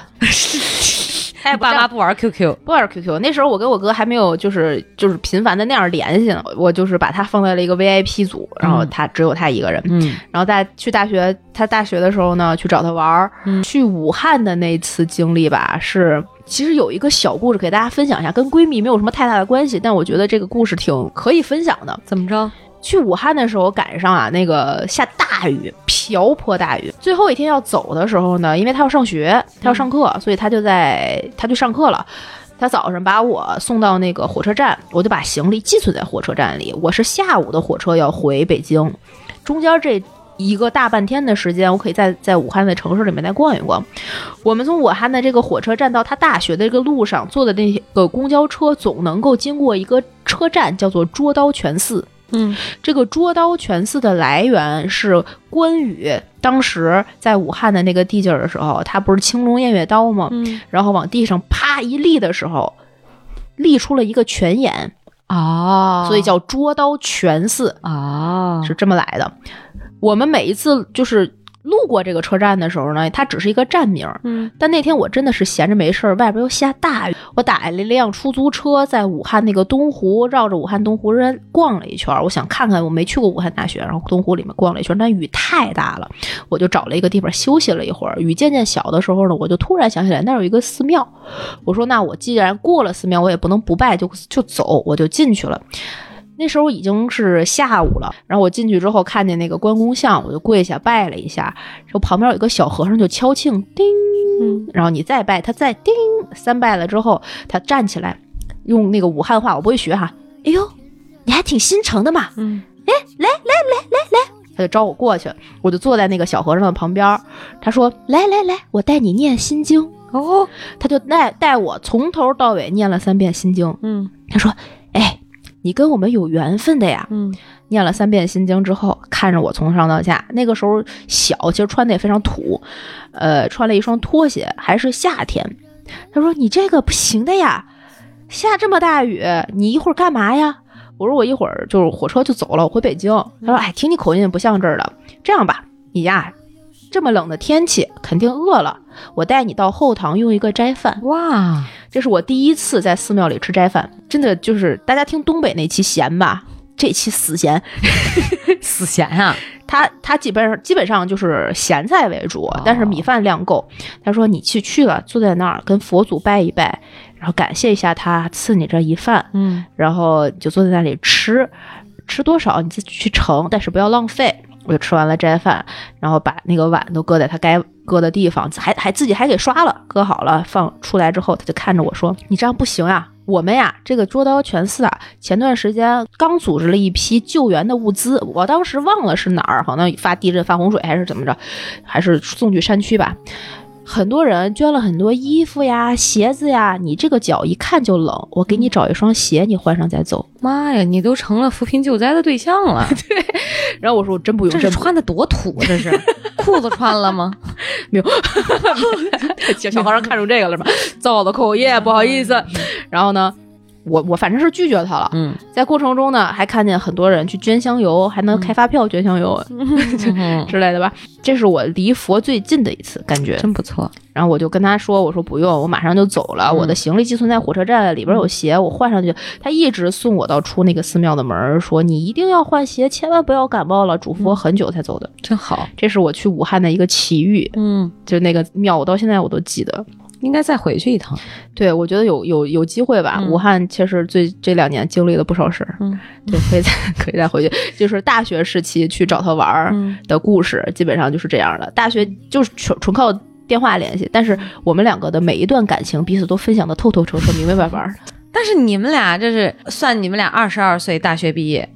[SPEAKER 3] 他也不
[SPEAKER 2] 爸
[SPEAKER 3] 知
[SPEAKER 2] 妈
[SPEAKER 3] 道
[SPEAKER 2] 哎不玩 QQ，
[SPEAKER 3] 不玩 QQ。那时候我跟我哥还没有就是就是频繁的那样联系呢，我就是把他放在了一个 VIP 组，然后
[SPEAKER 2] 嗯
[SPEAKER 3] 他只有他一个人。
[SPEAKER 2] 嗯
[SPEAKER 3] 然后大去大学，他大学的时候呢，去找他玩儿。
[SPEAKER 2] 嗯
[SPEAKER 3] 去武汉的那次经历吧，是其实有一个小故事给大家分享一下，跟闺蜜没有什么太大的关系，但我觉得这个故事挺可以分享的。
[SPEAKER 2] 怎么着？
[SPEAKER 3] 去武汉的时候赶上啊，那个下大雨，瓢泼大雨。最后一天要走的时候呢，因为他要上学，他要上课，所以他就在他去上课了。他早上把我送到那个火车站，我就把行李寄存在火车站里。我是下午的火车要回北京，中间这一个大半天的时间，我可以在在武汉的城市里面再逛一逛。我们从武汉的这个火车站到他大学的这个路上坐的那个公交车，总能够经过一个车站，叫做捉刀泉寺。
[SPEAKER 2] 嗯
[SPEAKER 3] 这个捉刀全寺的来源是关羽当时在武汉的那个地界儿的时候，他不是青龙偃月刀吗？
[SPEAKER 2] 嗯
[SPEAKER 3] 然后往地上啪一立的时候，立出了一个泉眼，
[SPEAKER 2] 哦，
[SPEAKER 3] 所以叫捉刀泉寺，
[SPEAKER 2] 哦
[SPEAKER 3] 是这么来的。我们每一次就是路过这个车站的时候呢，它只是一个站名儿，
[SPEAKER 2] 嗯
[SPEAKER 3] 但那天我真的是闲着没事儿，外边又下大雨，我打了一辆出租车，在武汉那个东湖绕着武汉东湖人逛了一圈儿。我想看看，我没去过武汉大学，然后东湖里面逛了一圈儿，但雨太大了，我就找了一个地方休息了一会儿。雨渐渐小的时候呢，我就突然想起来那儿有一个寺庙，我说那我既然过了寺庙，我也不能不拜就就走，我就进去了。那时候已经是下午了，然后我进去之后看见那个关公像，我就跪下拜了一下，然后旁边有一个小和尚就敲磬，叮。
[SPEAKER 2] 嗯
[SPEAKER 3] 然后你再拜，他再叮三拜了之后，他站起来，用那个武汉话，我不会学哈。哎呦，你还挺心诚的嘛！
[SPEAKER 2] 嗯
[SPEAKER 3] 他就招我过去，我就坐在那个小和尚的旁边儿。他说：“来来来，我带你念心经。
[SPEAKER 2] 哦”
[SPEAKER 3] 他就带带我从头到尾念了三遍心经。
[SPEAKER 2] 嗯
[SPEAKER 3] 他说：“哎，你跟我们有缘分的呀。”
[SPEAKER 2] 嗯
[SPEAKER 3] 念了三遍心经之后，看着我从上到下，那个时候小，其实穿的也非常土，呃，穿了一双拖鞋，还是夏天。他说：“你这个不行的呀，下这么大雨，你一会儿干嘛呀？”我说：“我一会儿就是火车就走了，我回北京。”他说：“哎，听你口音也不像这儿的，这样吧，你呀，这么冷的天气肯定饿了，我带你到后堂用一个斋饭。”
[SPEAKER 2] 哇
[SPEAKER 3] 这是我第一次在寺庙里吃斋饭，真的就是大家听东北那期咸吧，这期死咸，
[SPEAKER 2] 死咸啊
[SPEAKER 3] 他他基本上基本上就是咸菜为主，但是米饭量够。他说你去去了，坐在那儿跟佛祖拜一拜，然后感谢一下他赐你这一饭，
[SPEAKER 2] 嗯
[SPEAKER 3] 然后你就坐在那里吃，吃多少你自己去盛，但是不要浪费。我就吃完了斋饭，然后把那个碗都搁在他该搁的地方，还还自己还给刷了，搁好了放出来之后，他就看着我说：“你这样不行啊，我们呀这个捉刀全寺啊，前段时间刚组织了一批救援的物资，我当时忘了是哪儿，好像发地震、发洪水还是怎么着，还是送去山区吧。”很多人捐了很多衣服呀、鞋子呀，你这个脚一看就冷，我给你找一双鞋，你换上再走。
[SPEAKER 2] 妈呀，你都成了扶贫救灾的对象 了，
[SPEAKER 3] 然后我说我真不用，
[SPEAKER 2] 这是
[SPEAKER 3] 真不
[SPEAKER 2] 穿的多土，啊这 是裤子穿了吗？
[SPEAKER 3] 没有，小小和尚看出这个了是吧？ 造的口业，不好意思。然后呢，我我反正是拒绝他了。
[SPEAKER 2] 嗯，
[SPEAKER 3] 在过程中呢，还看见很多人去捐香油，还能开发票捐香油
[SPEAKER 2] 嗯
[SPEAKER 3] 之类的吧。这是我离佛最近的一次感觉。
[SPEAKER 2] 真不错，
[SPEAKER 3] 然后我就跟他说：“我说不用，我马上就走了，
[SPEAKER 2] 嗯
[SPEAKER 3] 我的行李寄存在火车站，里边有鞋，我换上去。”他一直送我到出那个寺庙的门儿，说：“你一定要换鞋，千万不要感冒了。”嘱咐
[SPEAKER 2] 嗯
[SPEAKER 3] 我很久才走的。
[SPEAKER 2] 真好。
[SPEAKER 3] 这是我去武汉的一个奇遇，
[SPEAKER 2] 嗯，
[SPEAKER 3] 就那个庙，我到现在我都记得。
[SPEAKER 2] 应该再回去一趟。
[SPEAKER 3] 对，我觉得有有有机会吧。
[SPEAKER 2] 嗯
[SPEAKER 3] 武汉确实最这两年经历了不少事儿，
[SPEAKER 2] 嗯
[SPEAKER 3] 对，可以再 可以再回去。就是大学时期去找他玩儿
[SPEAKER 2] 嗯
[SPEAKER 3] 的故事，基本上就是这样的。大学就是纯纯靠电话联系，但是我们两个的每一段感情，彼此都分享的透透彻彻、明明白白 儿。
[SPEAKER 2] 但是你们俩这是算你们俩二十二岁大学毕业，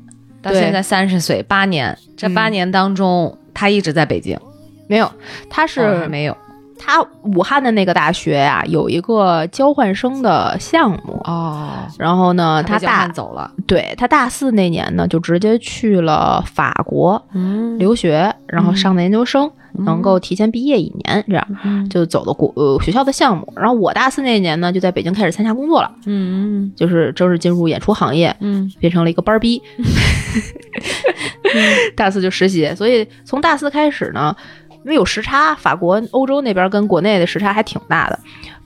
[SPEAKER 2] 到
[SPEAKER 3] 对
[SPEAKER 2] 现在三十岁，八年。这八
[SPEAKER 3] 嗯
[SPEAKER 2] 年当中，他一直在北京，
[SPEAKER 3] 没有，他是、
[SPEAKER 2] 哦还没有
[SPEAKER 3] 他武汉的那个大学呀、有一个交换生的项目。
[SPEAKER 2] 哦。
[SPEAKER 3] 然后呢，
[SPEAKER 2] 他
[SPEAKER 3] 他
[SPEAKER 2] 被交换
[SPEAKER 3] 大
[SPEAKER 2] 走了，
[SPEAKER 3] 对他大四那年呢，就直接去了法国，
[SPEAKER 2] 嗯，
[SPEAKER 3] 留学，然后上的研究生，能够提前毕业一年，这样
[SPEAKER 2] 嗯
[SPEAKER 3] 就走的国呃学校的项目。然后我大四那一年呢，就在北京开始参加工作了，
[SPEAKER 2] 嗯
[SPEAKER 3] 就是正式进入演出行业，
[SPEAKER 2] 嗯
[SPEAKER 3] 变成了一个班儿逼。 大四就实习，所以从大四开始呢，因为有时差，法国、欧洲那边跟国内的时差还挺大的，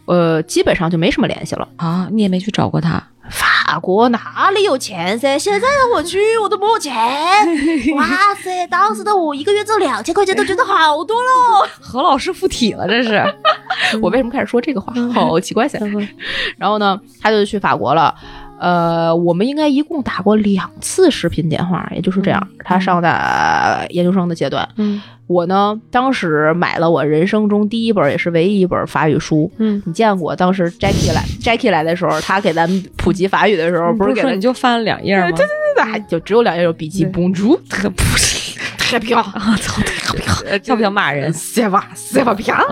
[SPEAKER 3] 呃，基本上就没什么联系了。
[SPEAKER 2] 啊，你也没去找过他，
[SPEAKER 3] 法国哪里有钱噻？现在让我去，我都没有钱。
[SPEAKER 1] 哇塞，当时的我一个月挣两千块钱都觉得好多喽。
[SPEAKER 2] 何老师附体了，这是。
[SPEAKER 3] 我为什么开始说这个话？ 好奇怪噻。然后呢，他就去法国了。呃，我们应该一共打过两次视频电话，也就是这样。他上的研究生的阶段，
[SPEAKER 2] 嗯
[SPEAKER 3] 我呢当时买了我人生中第一本也是唯一一本法语书。
[SPEAKER 2] 嗯，
[SPEAKER 3] 你见过当时 Jackie 来 Jackie 来的时候，他给咱们普及法语的时候，不
[SPEAKER 2] 不
[SPEAKER 3] 是
[SPEAKER 2] 是
[SPEAKER 3] 给
[SPEAKER 2] 说
[SPEAKER 3] 咱
[SPEAKER 2] 你就翻了两页 吗？
[SPEAKER 3] 还就只有两页有笔记
[SPEAKER 2] 对
[SPEAKER 3] 绷住，
[SPEAKER 2] 特不是
[SPEAKER 3] 太漂亮，
[SPEAKER 2] 啊，操，特别好，像不像骂人？
[SPEAKER 3] 塞吧塞吧啪，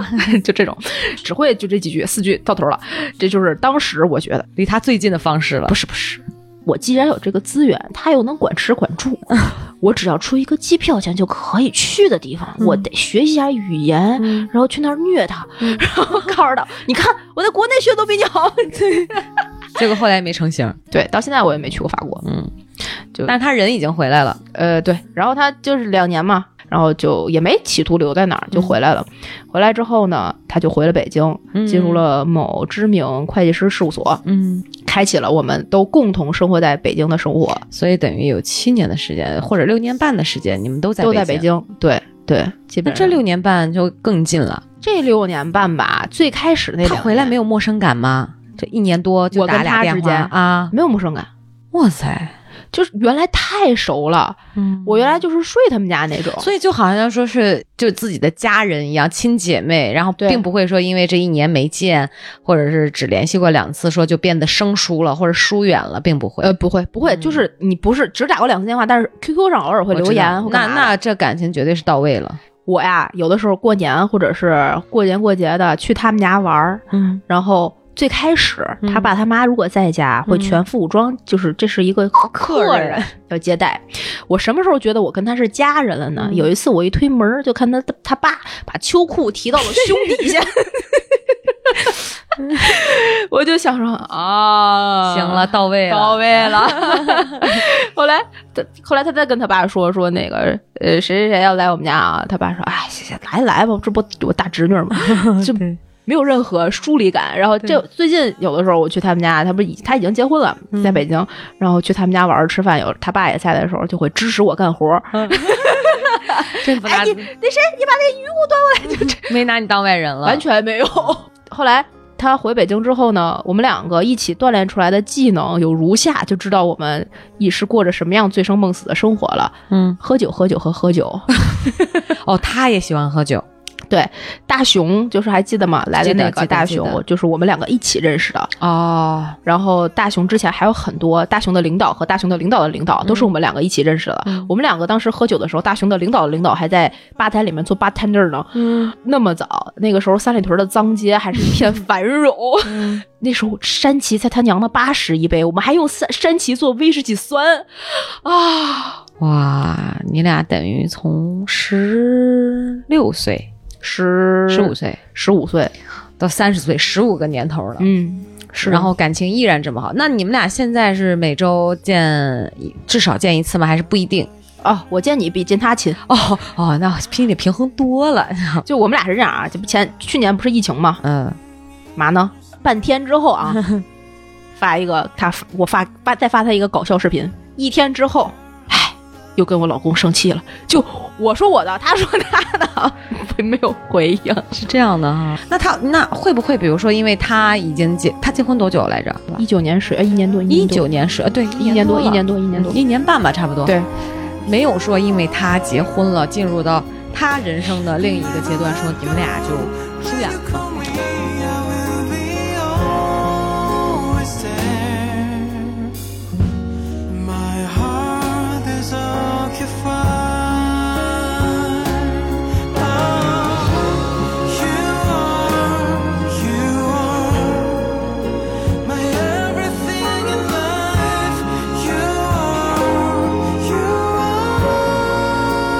[SPEAKER 3] 就这种，只会就这几句四句到头了。这就是当时我觉得
[SPEAKER 2] 离他最近的方式了
[SPEAKER 3] 不。是不是，我既然有这个资源，他又能管吃管住，我只要出一个机票钱就可以去的地方，我
[SPEAKER 2] 嗯
[SPEAKER 3] 得学习一下语言，
[SPEAKER 2] 嗯
[SPEAKER 3] 然后去那儿虐他，然后告诉他，你看我在国内学得都比你好。
[SPEAKER 2] 结果后来也没成型。
[SPEAKER 3] 对，到现在我也没去过法国。
[SPEAKER 2] 嗯，
[SPEAKER 3] 就
[SPEAKER 2] 但是他人已经回来了。
[SPEAKER 3] 呃，对，然后他就是两年嘛，然后就也没企图留在哪儿，
[SPEAKER 2] 嗯
[SPEAKER 3] 就回来了。回来之后呢，他就回了北京，进入了某知名会计师事务所，
[SPEAKER 2] 嗯，
[SPEAKER 3] 开启了我们都共同生活在北京的生活，
[SPEAKER 2] 所以等于有七年的时间，或者六年半的时间，你们都在
[SPEAKER 3] 都在北。京。对对，基
[SPEAKER 2] 那
[SPEAKER 3] 本
[SPEAKER 2] 这
[SPEAKER 3] 上
[SPEAKER 2] 六年半就更近了。
[SPEAKER 3] 这六年半吧，最开始那
[SPEAKER 2] 他
[SPEAKER 3] 两
[SPEAKER 2] 回来
[SPEAKER 3] 年
[SPEAKER 2] 没有陌生感吗？这一年多就
[SPEAKER 3] 我跟
[SPEAKER 2] 打俩
[SPEAKER 3] 他
[SPEAKER 2] 电
[SPEAKER 3] 之
[SPEAKER 2] 话
[SPEAKER 3] 间
[SPEAKER 2] 啊！
[SPEAKER 3] 没有陌生感，
[SPEAKER 2] 哇塞，
[SPEAKER 3] 就是原来太熟了，
[SPEAKER 2] 嗯
[SPEAKER 3] 我原来就是睡他们家那种。
[SPEAKER 2] 所以就好像说是就自己的家人一样，亲姐妹，然后
[SPEAKER 3] 对
[SPEAKER 2] 并不会说因为这一年没见，或者是只联系过两次，说就变得生疏了或者疏远了，并不会。
[SPEAKER 3] 呃，不会，不会，
[SPEAKER 2] 嗯
[SPEAKER 3] 就是你不是只打过两次电话，但是 QQ 上偶尔会
[SPEAKER 2] 我知道
[SPEAKER 3] 留言。会干
[SPEAKER 2] 那
[SPEAKER 3] 嘛的
[SPEAKER 2] 那这感情绝对是到位了。
[SPEAKER 3] 我呀，有的时候过年或者是过年过节的去他们家玩儿，
[SPEAKER 2] 嗯，
[SPEAKER 3] 然后最开始
[SPEAKER 2] 嗯
[SPEAKER 3] 他爸他妈如果在家，会全副武装，就是这是一个客
[SPEAKER 2] 人
[SPEAKER 3] 人 要接待。我什么时候觉得我跟他是家人了呢？
[SPEAKER 2] 嗯
[SPEAKER 3] 有一次我一推门儿，就看他他爸把秋裤提 到了胸底下。我就想说啊，
[SPEAKER 2] 行了，到呃位
[SPEAKER 3] 到
[SPEAKER 2] 了。
[SPEAKER 3] 位了。 后来他后来他再跟他爸说说那个呃谁谁谁要来我们家啊，他爸说哎行行来来吧，这不我大侄女吗？就没有任何疏离感。然后这最近有的时候我去他们家，他不是已他已经结婚了，在北京，然后去他们家玩儿吃饭，有他爸也在的时候，就会支持我干活儿。
[SPEAKER 2] 真不拿
[SPEAKER 3] 哎，你那谁，你把那个鱼给我端过来，
[SPEAKER 2] 没拿你当外人了，
[SPEAKER 3] 完全没有。 后来。他回北京之后呢，我们两个一起锻炼出来的技能有如下，就知道我们一是过着什么样醉生梦死的生活了。
[SPEAKER 2] 嗯
[SPEAKER 3] 喝酒，喝酒和喝酒。
[SPEAKER 2] 哦，他也喜欢喝酒，
[SPEAKER 3] 大熊就是还记得吗？来的那
[SPEAKER 2] 记得
[SPEAKER 3] 个大
[SPEAKER 2] 记得记
[SPEAKER 3] 熊
[SPEAKER 2] 得，
[SPEAKER 3] 就是我们两个一起认识的。
[SPEAKER 2] 哦，
[SPEAKER 3] 然后大熊之前还有很多大熊的领导和大熊的领导的领导都是我们两个一起认识的。
[SPEAKER 2] 嗯
[SPEAKER 3] 我们两个当时喝酒的时候，大熊的领导的领导还在吧台里面做 bartender 呢。
[SPEAKER 2] 嗯
[SPEAKER 3] 那么早，那个时候三里屯的脏街还是一片繁 荣。
[SPEAKER 2] 嗯，
[SPEAKER 3] 那时候山崎才他娘的八十一杯，我们还用山山崎做威士忌酸啊！
[SPEAKER 2] 哇，你俩等于从十六岁、
[SPEAKER 3] 十
[SPEAKER 2] 十五岁
[SPEAKER 3] 十五岁，
[SPEAKER 2] 到三十岁，十五个年头了。
[SPEAKER 3] 嗯，是。
[SPEAKER 2] 然后感情依然这么好，那你们俩现在是每周见一至少见一次吗？还是不一定？
[SPEAKER 3] 哦，我见你比见他勤。
[SPEAKER 2] 哦哦，那心里平衡多了。
[SPEAKER 3] 就我们俩是这样啊，这不前去年不是疫情嘛，
[SPEAKER 2] 嗯，
[SPEAKER 3] 嘛呢？半天之后 啊，发一个他我发发再发他一个搞笑视频，一天之后，唉，又跟我老公生气了，就我说我的，他说他的， 没有回应。
[SPEAKER 2] 是这样的哈。那他那会不会，比如说，因为他已经结他结婚多久来着？
[SPEAKER 3] 一九年十呃一年多，
[SPEAKER 2] 一
[SPEAKER 3] 年多
[SPEAKER 2] 九年是呃对
[SPEAKER 3] 一年多
[SPEAKER 2] 多
[SPEAKER 3] 一年
[SPEAKER 2] 多
[SPEAKER 3] 多一年多，
[SPEAKER 2] 一年半吧，差不多。
[SPEAKER 3] 对，
[SPEAKER 2] 没有说因为他结婚了，进入到他人生的另一个阶段，说你们俩就疏远了。
[SPEAKER 4] Come here, I will be always there. My heart is occupied. Oh, you are, you are my everything in life. You are, you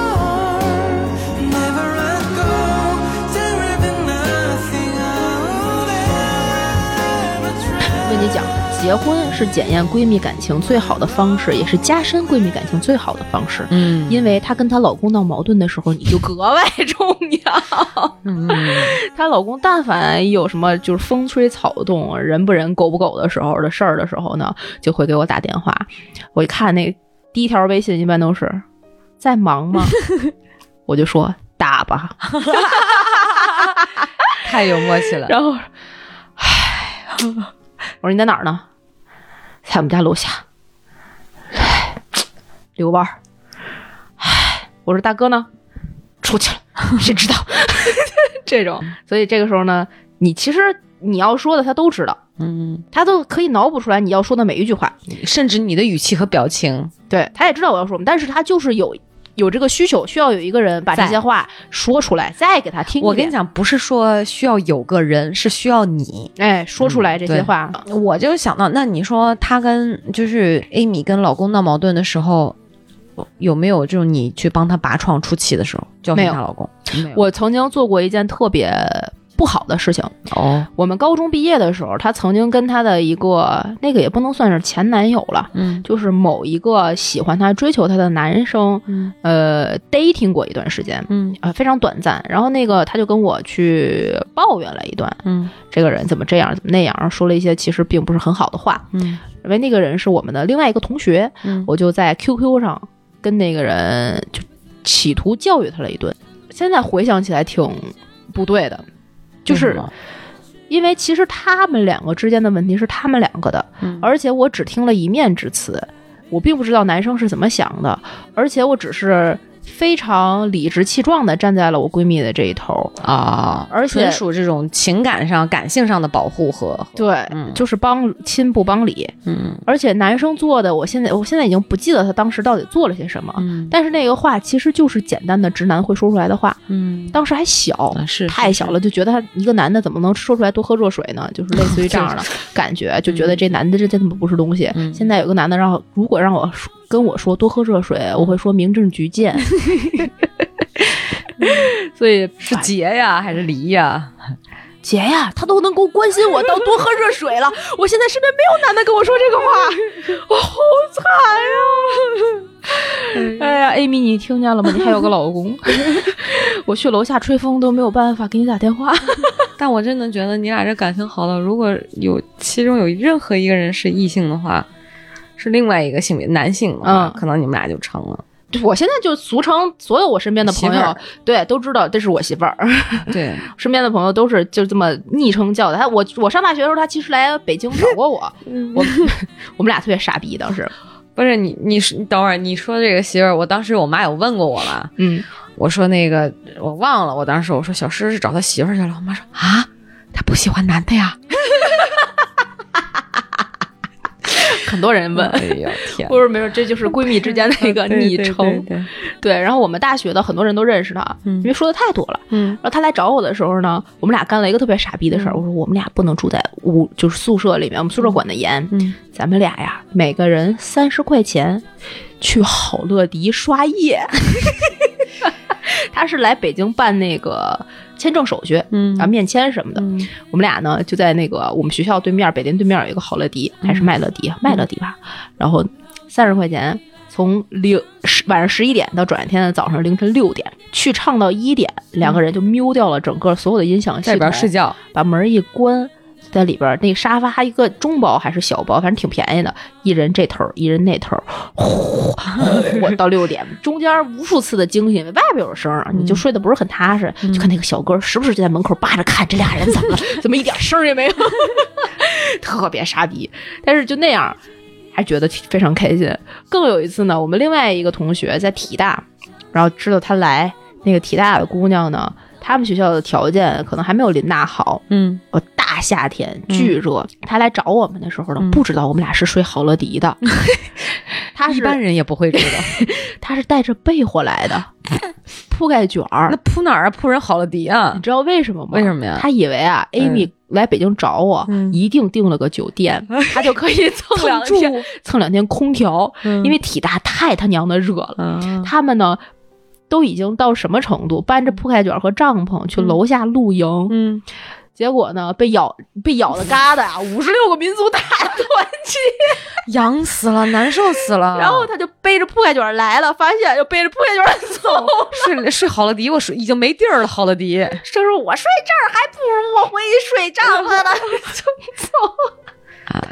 [SPEAKER 4] are. Never let go. There will be nothing I will ever try.
[SPEAKER 3] 跟你讲，结婚是检验闺蜜感情最好的方式，也是加深闺蜜感情最好的方式。
[SPEAKER 2] 嗯
[SPEAKER 3] 因为她跟她老公闹矛盾的时候，你就格外重要。
[SPEAKER 2] 嗯，
[SPEAKER 3] 她老公但凡有什么就是风吹草动、人不人、狗不狗的时候的事儿的时候呢，就会给我打电话。我一看那第一条微信，一般都是在忙吗？ 我就说打吧，
[SPEAKER 2] 太有默契了。
[SPEAKER 3] 然后，唉，我说你在哪儿呢？在我们家楼下。唉，遛弯儿。唉，我说大哥呢？出去了，谁知道？ 这种，所以这个时候呢，你其实你要说的他都知道，
[SPEAKER 2] 嗯，
[SPEAKER 3] 他都可以脑补出来你要说的每一句话。
[SPEAKER 2] 甚至你的语气和表情，
[SPEAKER 3] 对他也知道我要说什么，但是他就是有有这个需求，需要有一个人把这
[SPEAKER 2] 在
[SPEAKER 3] 些话说出来，再给他听。
[SPEAKER 2] 我跟你，讲，不是说需要有个人，是需要你。
[SPEAKER 3] 哎，说出来这些
[SPEAKER 2] 嗯对呃
[SPEAKER 3] 话，
[SPEAKER 2] 我就想到，那你说她跟就是 Amy 跟老公闹矛盾的时候，有没有这种你去帮她拔创出气的时候，教训
[SPEAKER 3] 没有
[SPEAKER 2] 她老公？没有
[SPEAKER 3] 我曾经做过一件特别不好的事情。
[SPEAKER 2] 哦，
[SPEAKER 3] 我们高中毕业的时候，她曾经跟她的一个那个也不能算是前男友了，
[SPEAKER 2] 嗯
[SPEAKER 3] 就是某一个喜欢她、追求她的男生，
[SPEAKER 2] 嗯
[SPEAKER 3] 呃，dating 过一段时间。
[SPEAKER 2] 嗯
[SPEAKER 3] 啊、非常短暂。然后那个，她就跟我去抱怨了一段，
[SPEAKER 2] 嗯
[SPEAKER 3] 这个人怎么这样，怎么那样，然后说了一些其实并不是很好的话。
[SPEAKER 2] 嗯
[SPEAKER 3] 因为那个人是我们的另外一个同学，
[SPEAKER 2] 嗯，
[SPEAKER 3] 我就在 QQ 上跟那个人就企图教育他了一顿。现在回想起来挺不对的，就
[SPEAKER 2] 为什
[SPEAKER 3] 是
[SPEAKER 2] 么
[SPEAKER 3] 因为其实他们两个之间的问题是他们两个的，
[SPEAKER 2] 嗯
[SPEAKER 3] 而且我只听了一面之词，我并不知道男生是怎么想的，而且我只是非常理直气壮的站在了我闺蜜的这一头，
[SPEAKER 2] 啊，
[SPEAKER 3] 而且
[SPEAKER 2] 纯属这种情感上、感性上的保护和
[SPEAKER 3] 对，
[SPEAKER 2] 嗯
[SPEAKER 3] 就是帮亲不帮理，
[SPEAKER 2] 嗯
[SPEAKER 3] 而且男生做的，我现在我现在已经不记得他当时到底做了些什么，
[SPEAKER 2] 嗯
[SPEAKER 3] 但是那个话其实就是简单的直男会说出来的话，
[SPEAKER 2] 嗯，
[SPEAKER 3] 当时还小。
[SPEAKER 2] 啊是
[SPEAKER 3] 太小了，就觉得他一个男的怎么能说出来多喝热水呢？ 就是嗯类似于这样的感觉，就觉得这男的这根本不是东西。
[SPEAKER 2] 嗯
[SPEAKER 3] 现在有个男的让我如果让我说跟我说多喝热水，我会说明正局见。所以
[SPEAKER 2] 是结呀还是离呀？
[SPEAKER 3] 姐呀，他都能够关心我到多喝热水了，我现在身边没有男的跟我说这个话， 我好惨呀！哎呀，Amy，你听见了吗？你还有个老 公，我去楼下吹风都没有办法给你打电话。
[SPEAKER 2] 但我真的觉得你俩这感情好到，如果有其中有任何一个人是异性的话，是另外一个性别男性的话，
[SPEAKER 3] 嗯
[SPEAKER 2] 可能你们俩就成了。
[SPEAKER 3] 我现在就俗称所有我身边的朋
[SPEAKER 2] 媳妇
[SPEAKER 3] 友
[SPEAKER 2] 儿，
[SPEAKER 3] 对，都知道这是我媳妇儿，
[SPEAKER 2] 对，
[SPEAKER 3] 身边的朋友都是就这么昵称叫的。他我我上大学的时候，他其实来北京找过 我，我们我们俩特别傻逼当时，
[SPEAKER 2] 不是你，你是你等会儿你说这个媳妇儿，我当时我妈有问过我了，
[SPEAKER 3] 嗯，
[SPEAKER 2] 我说那个我忘了，我当时我说小诗是找他媳妇儿去了，我妈说啊，他不喜欢男的 呀。
[SPEAKER 3] 很多人问。
[SPEAKER 2] 哎呦 天，
[SPEAKER 3] 不是没有，这就是闺蜜之间的一 个昵称。
[SPEAKER 2] 对对对对
[SPEAKER 3] 对，然后我们大学的很多人都认识他，
[SPEAKER 2] 嗯
[SPEAKER 3] 因为说的太多了。
[SPEAKER 2] 嗯
[SPEAKER 3] 然后他来找我的时候呢，我们俩干了一个特别傻逼的事儿。我说我们俩不能住在屋，就是宿舍里面，我们宿舍管得严。
[SPEAKER 2] 嗯，
[SPEAKER 3] 咱们俩呀，每个人三十块钱去好乐迪刷 夜。他是来北京办那个签证手续，
[SPEAKER 2] 嗯
[SPEAKER 3] 啊，面签什么的。
[SPEAKER 2] 嗯
[SPEAKER 3] 我们俩呢就在那个我们学校对面，北林对面有一个好乐迪，
[SPEAKER 2] 嗯
[SPEAKER 3] 还是麦乐迪，麦乐迪吧。然后三十块钱，从零十晚上十一点到转天的早上凌晨六点，去唱到一点，两个人就瞄掉了整个所有的音响系统，
[SPEAKER 2] 在里边睡觉，
[SPEAKER 3] 把门一关，在里边儿那个沙发一个中包还是小包，反正挺便宜的，一人这头儿，一人那头儿，呼，我到六点，中间无数次的惊醒，外边有声儿，啊你就睡得不是很踏实，就看那个小哥时不时就在门口扒着看这俩人怎么了，怎么一点声儿也没有， 特别傻逼，但是就那样。还觉得挺非常开心。更有一次呢，我们另外一个同学在体大，然后知道他来，那个体大的姑娘呢，他们学校的条件可能还没有林大好，
[SPEAKER 2] 嗯
[SPEAKER 3] 呃，大夏天巨热，他来找我们的时候呢，
[SPEAKER 2] 嗯
[SPEAKER 3] 不知道我们俩是睡好乐迪 的，他
[SPEAKER 2] 一
[SPEAKER 3] 是
[SPEAKER 2] 般人也不会知道。
[SPEAKER 3] 他是带着被窝来的，铺盖卷
[SPEAKER 2] 那
[SPEAKER 3] 儿。
[SPEAKER 2] 扑哪儿啊？扑人好了迪啊
[SPEAKER 3] 你？知道为什么吗？
[SPEAKER 2] 为什么呀
[SPEAKER 3] 他以为啊，Amy 来北京找我，
[SPEAKER 2] 嗯
[SPEAKER 3] 一定订了个酒 店，他就可以蹭两
[SPEAKER 2] 住
[SPEAKER 3] 天，蹭两天空调，
[SPEAKER 2] 嗯
[SPEAKER 3] 因为体大太他娘的热了。
[SPEAKER 2] 嗯
[SPEAKER 3] 他们呢，都已经到什么程度？搬着铺盖卷儿和帐篷去楼下露营，
[SPEAKER 2] 嗯，
[SPEAKER 3] 结果呢，被咬被咬的疙瘩呀，五十六个民族大团结，
[SPEAKER 2] 痒死了，难受死了。
[SPEAKER 3] 然后他就背着铺盖卷儿来了，发现又背着铺盖卷儿走。
[SPEAKER 2] 睡睡好了迪，我睡已经没地儿了，好了迪。
[SPEAKER 3] 他说：“我睡这儿还不如我回去睡帐篷呢。”就走，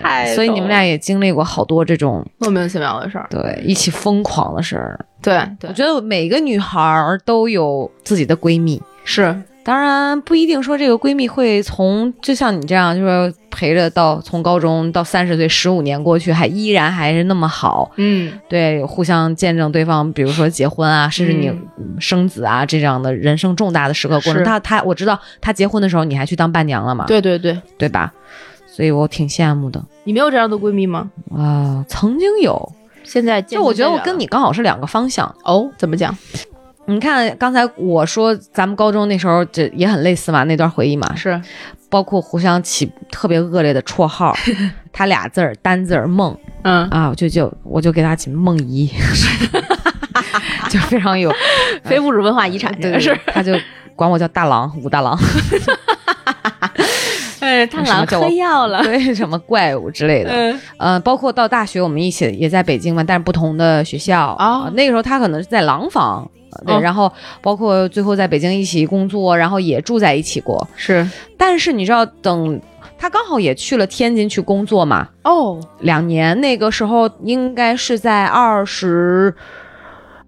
[SPEAKER 3] 太
[SPEAKER 2] 所以你们俩也经历过好多这种
[SPEAKER 3] 莫名其妙的事儿。
[SPEAKER 2] 对一起疯狂的事儿。
[SPEAKER 3] 对
[SPEAKER 2] 我
[SPEAKER 3] 对，
[SPEAKER 2] 觉得每个女孩儿都有自己的闺蜜，
[SPEAKER 3] 是
[SPEAKER 2] 当然不一定说这个闺蜜会从就像你这样，就是陪着到从高中到三十岁，十五年过去还依然还是那么好。
[SPEAKER 3] 嗯，
[SPEAKER 2] 对，互相见证对方，比如说结婚啊，甚至你
[SPEAKER 3] 嗯
[SPEAKER 2] 嗯生子啊，这样的人生重大的时刻过程。
[SPEAKER 3] 是
[SPEAKER 2] 他他，我知道他结婚的时候你还去当伴娘了嘛，
[SPEAKER 3] 对对对，
[SPEAKER 2] 对吧？所以我挺羡慕的
[SPEAKER 3] 你没有这样的闺蜜吗？
[SPEAKER 2] 啊、曾经有，
[SPEAKER 3] 现在
[SPEAKER 2] 就我觉得我跟
[SPEAKER 3] 你
[SPEAKER 2] 你刚好是两个方向。嗯
[SPEAKER 3] 哦，怎么讲？
[SPEAKER 2] 你看刚才我说咱们高中那时候这也很类似嘛，那段回忆嘛，
[SPEAKER 3] 是
[SPEAKER 2] 包括互相起特别恶劣的 绰号，他俩字儿单字儿梦
[SPEAKER 3] 嗯，
[SPEAKER 2] 啊，我就就我就给他起梦怡，就非常有
[SPEAKER 3] 非物质文化遗产这
[SPEAKER 2] 对
[SPEAKER 3] 个
[SPEAKER 2] 对
[SPEAKER 3] 事
[SPEAKER 2] 对
[SPEAKER 3] 儿，，
[SPEAKER 2] 他就管我叫大郎武大 郎，
[SPEAKER 3] 哎，他
[SPEAKER 2] 什么
[SPEAKER 3] 老
[SPEAKER 2] 叫我
[SPEAKER 3] 嗑药 了，
[SPEAKER 2] 对什么怪物之类的，
[SPEAKER 3] 嗯
[SPEAKER 2] 呃，包括到大学我们一起也在北京嘛，但是不同的学校
[SPEAKER 3] 哦
[SPEAKER 2] 呃那个时候他可能是在廊坊。呃对，
[SPEAKER 3] 哦
[SPEAKER 2] 然后包括最后在北京一起工作，然后也住在一起过。
[SPEAKER 3] 是
[SPEAKER 2] 但是你知道，等他刚好也去了天津去工作嘛，
[SPEAKER 3] 哦，
[SPEAKER 2] 两年。那个时候应该是在二十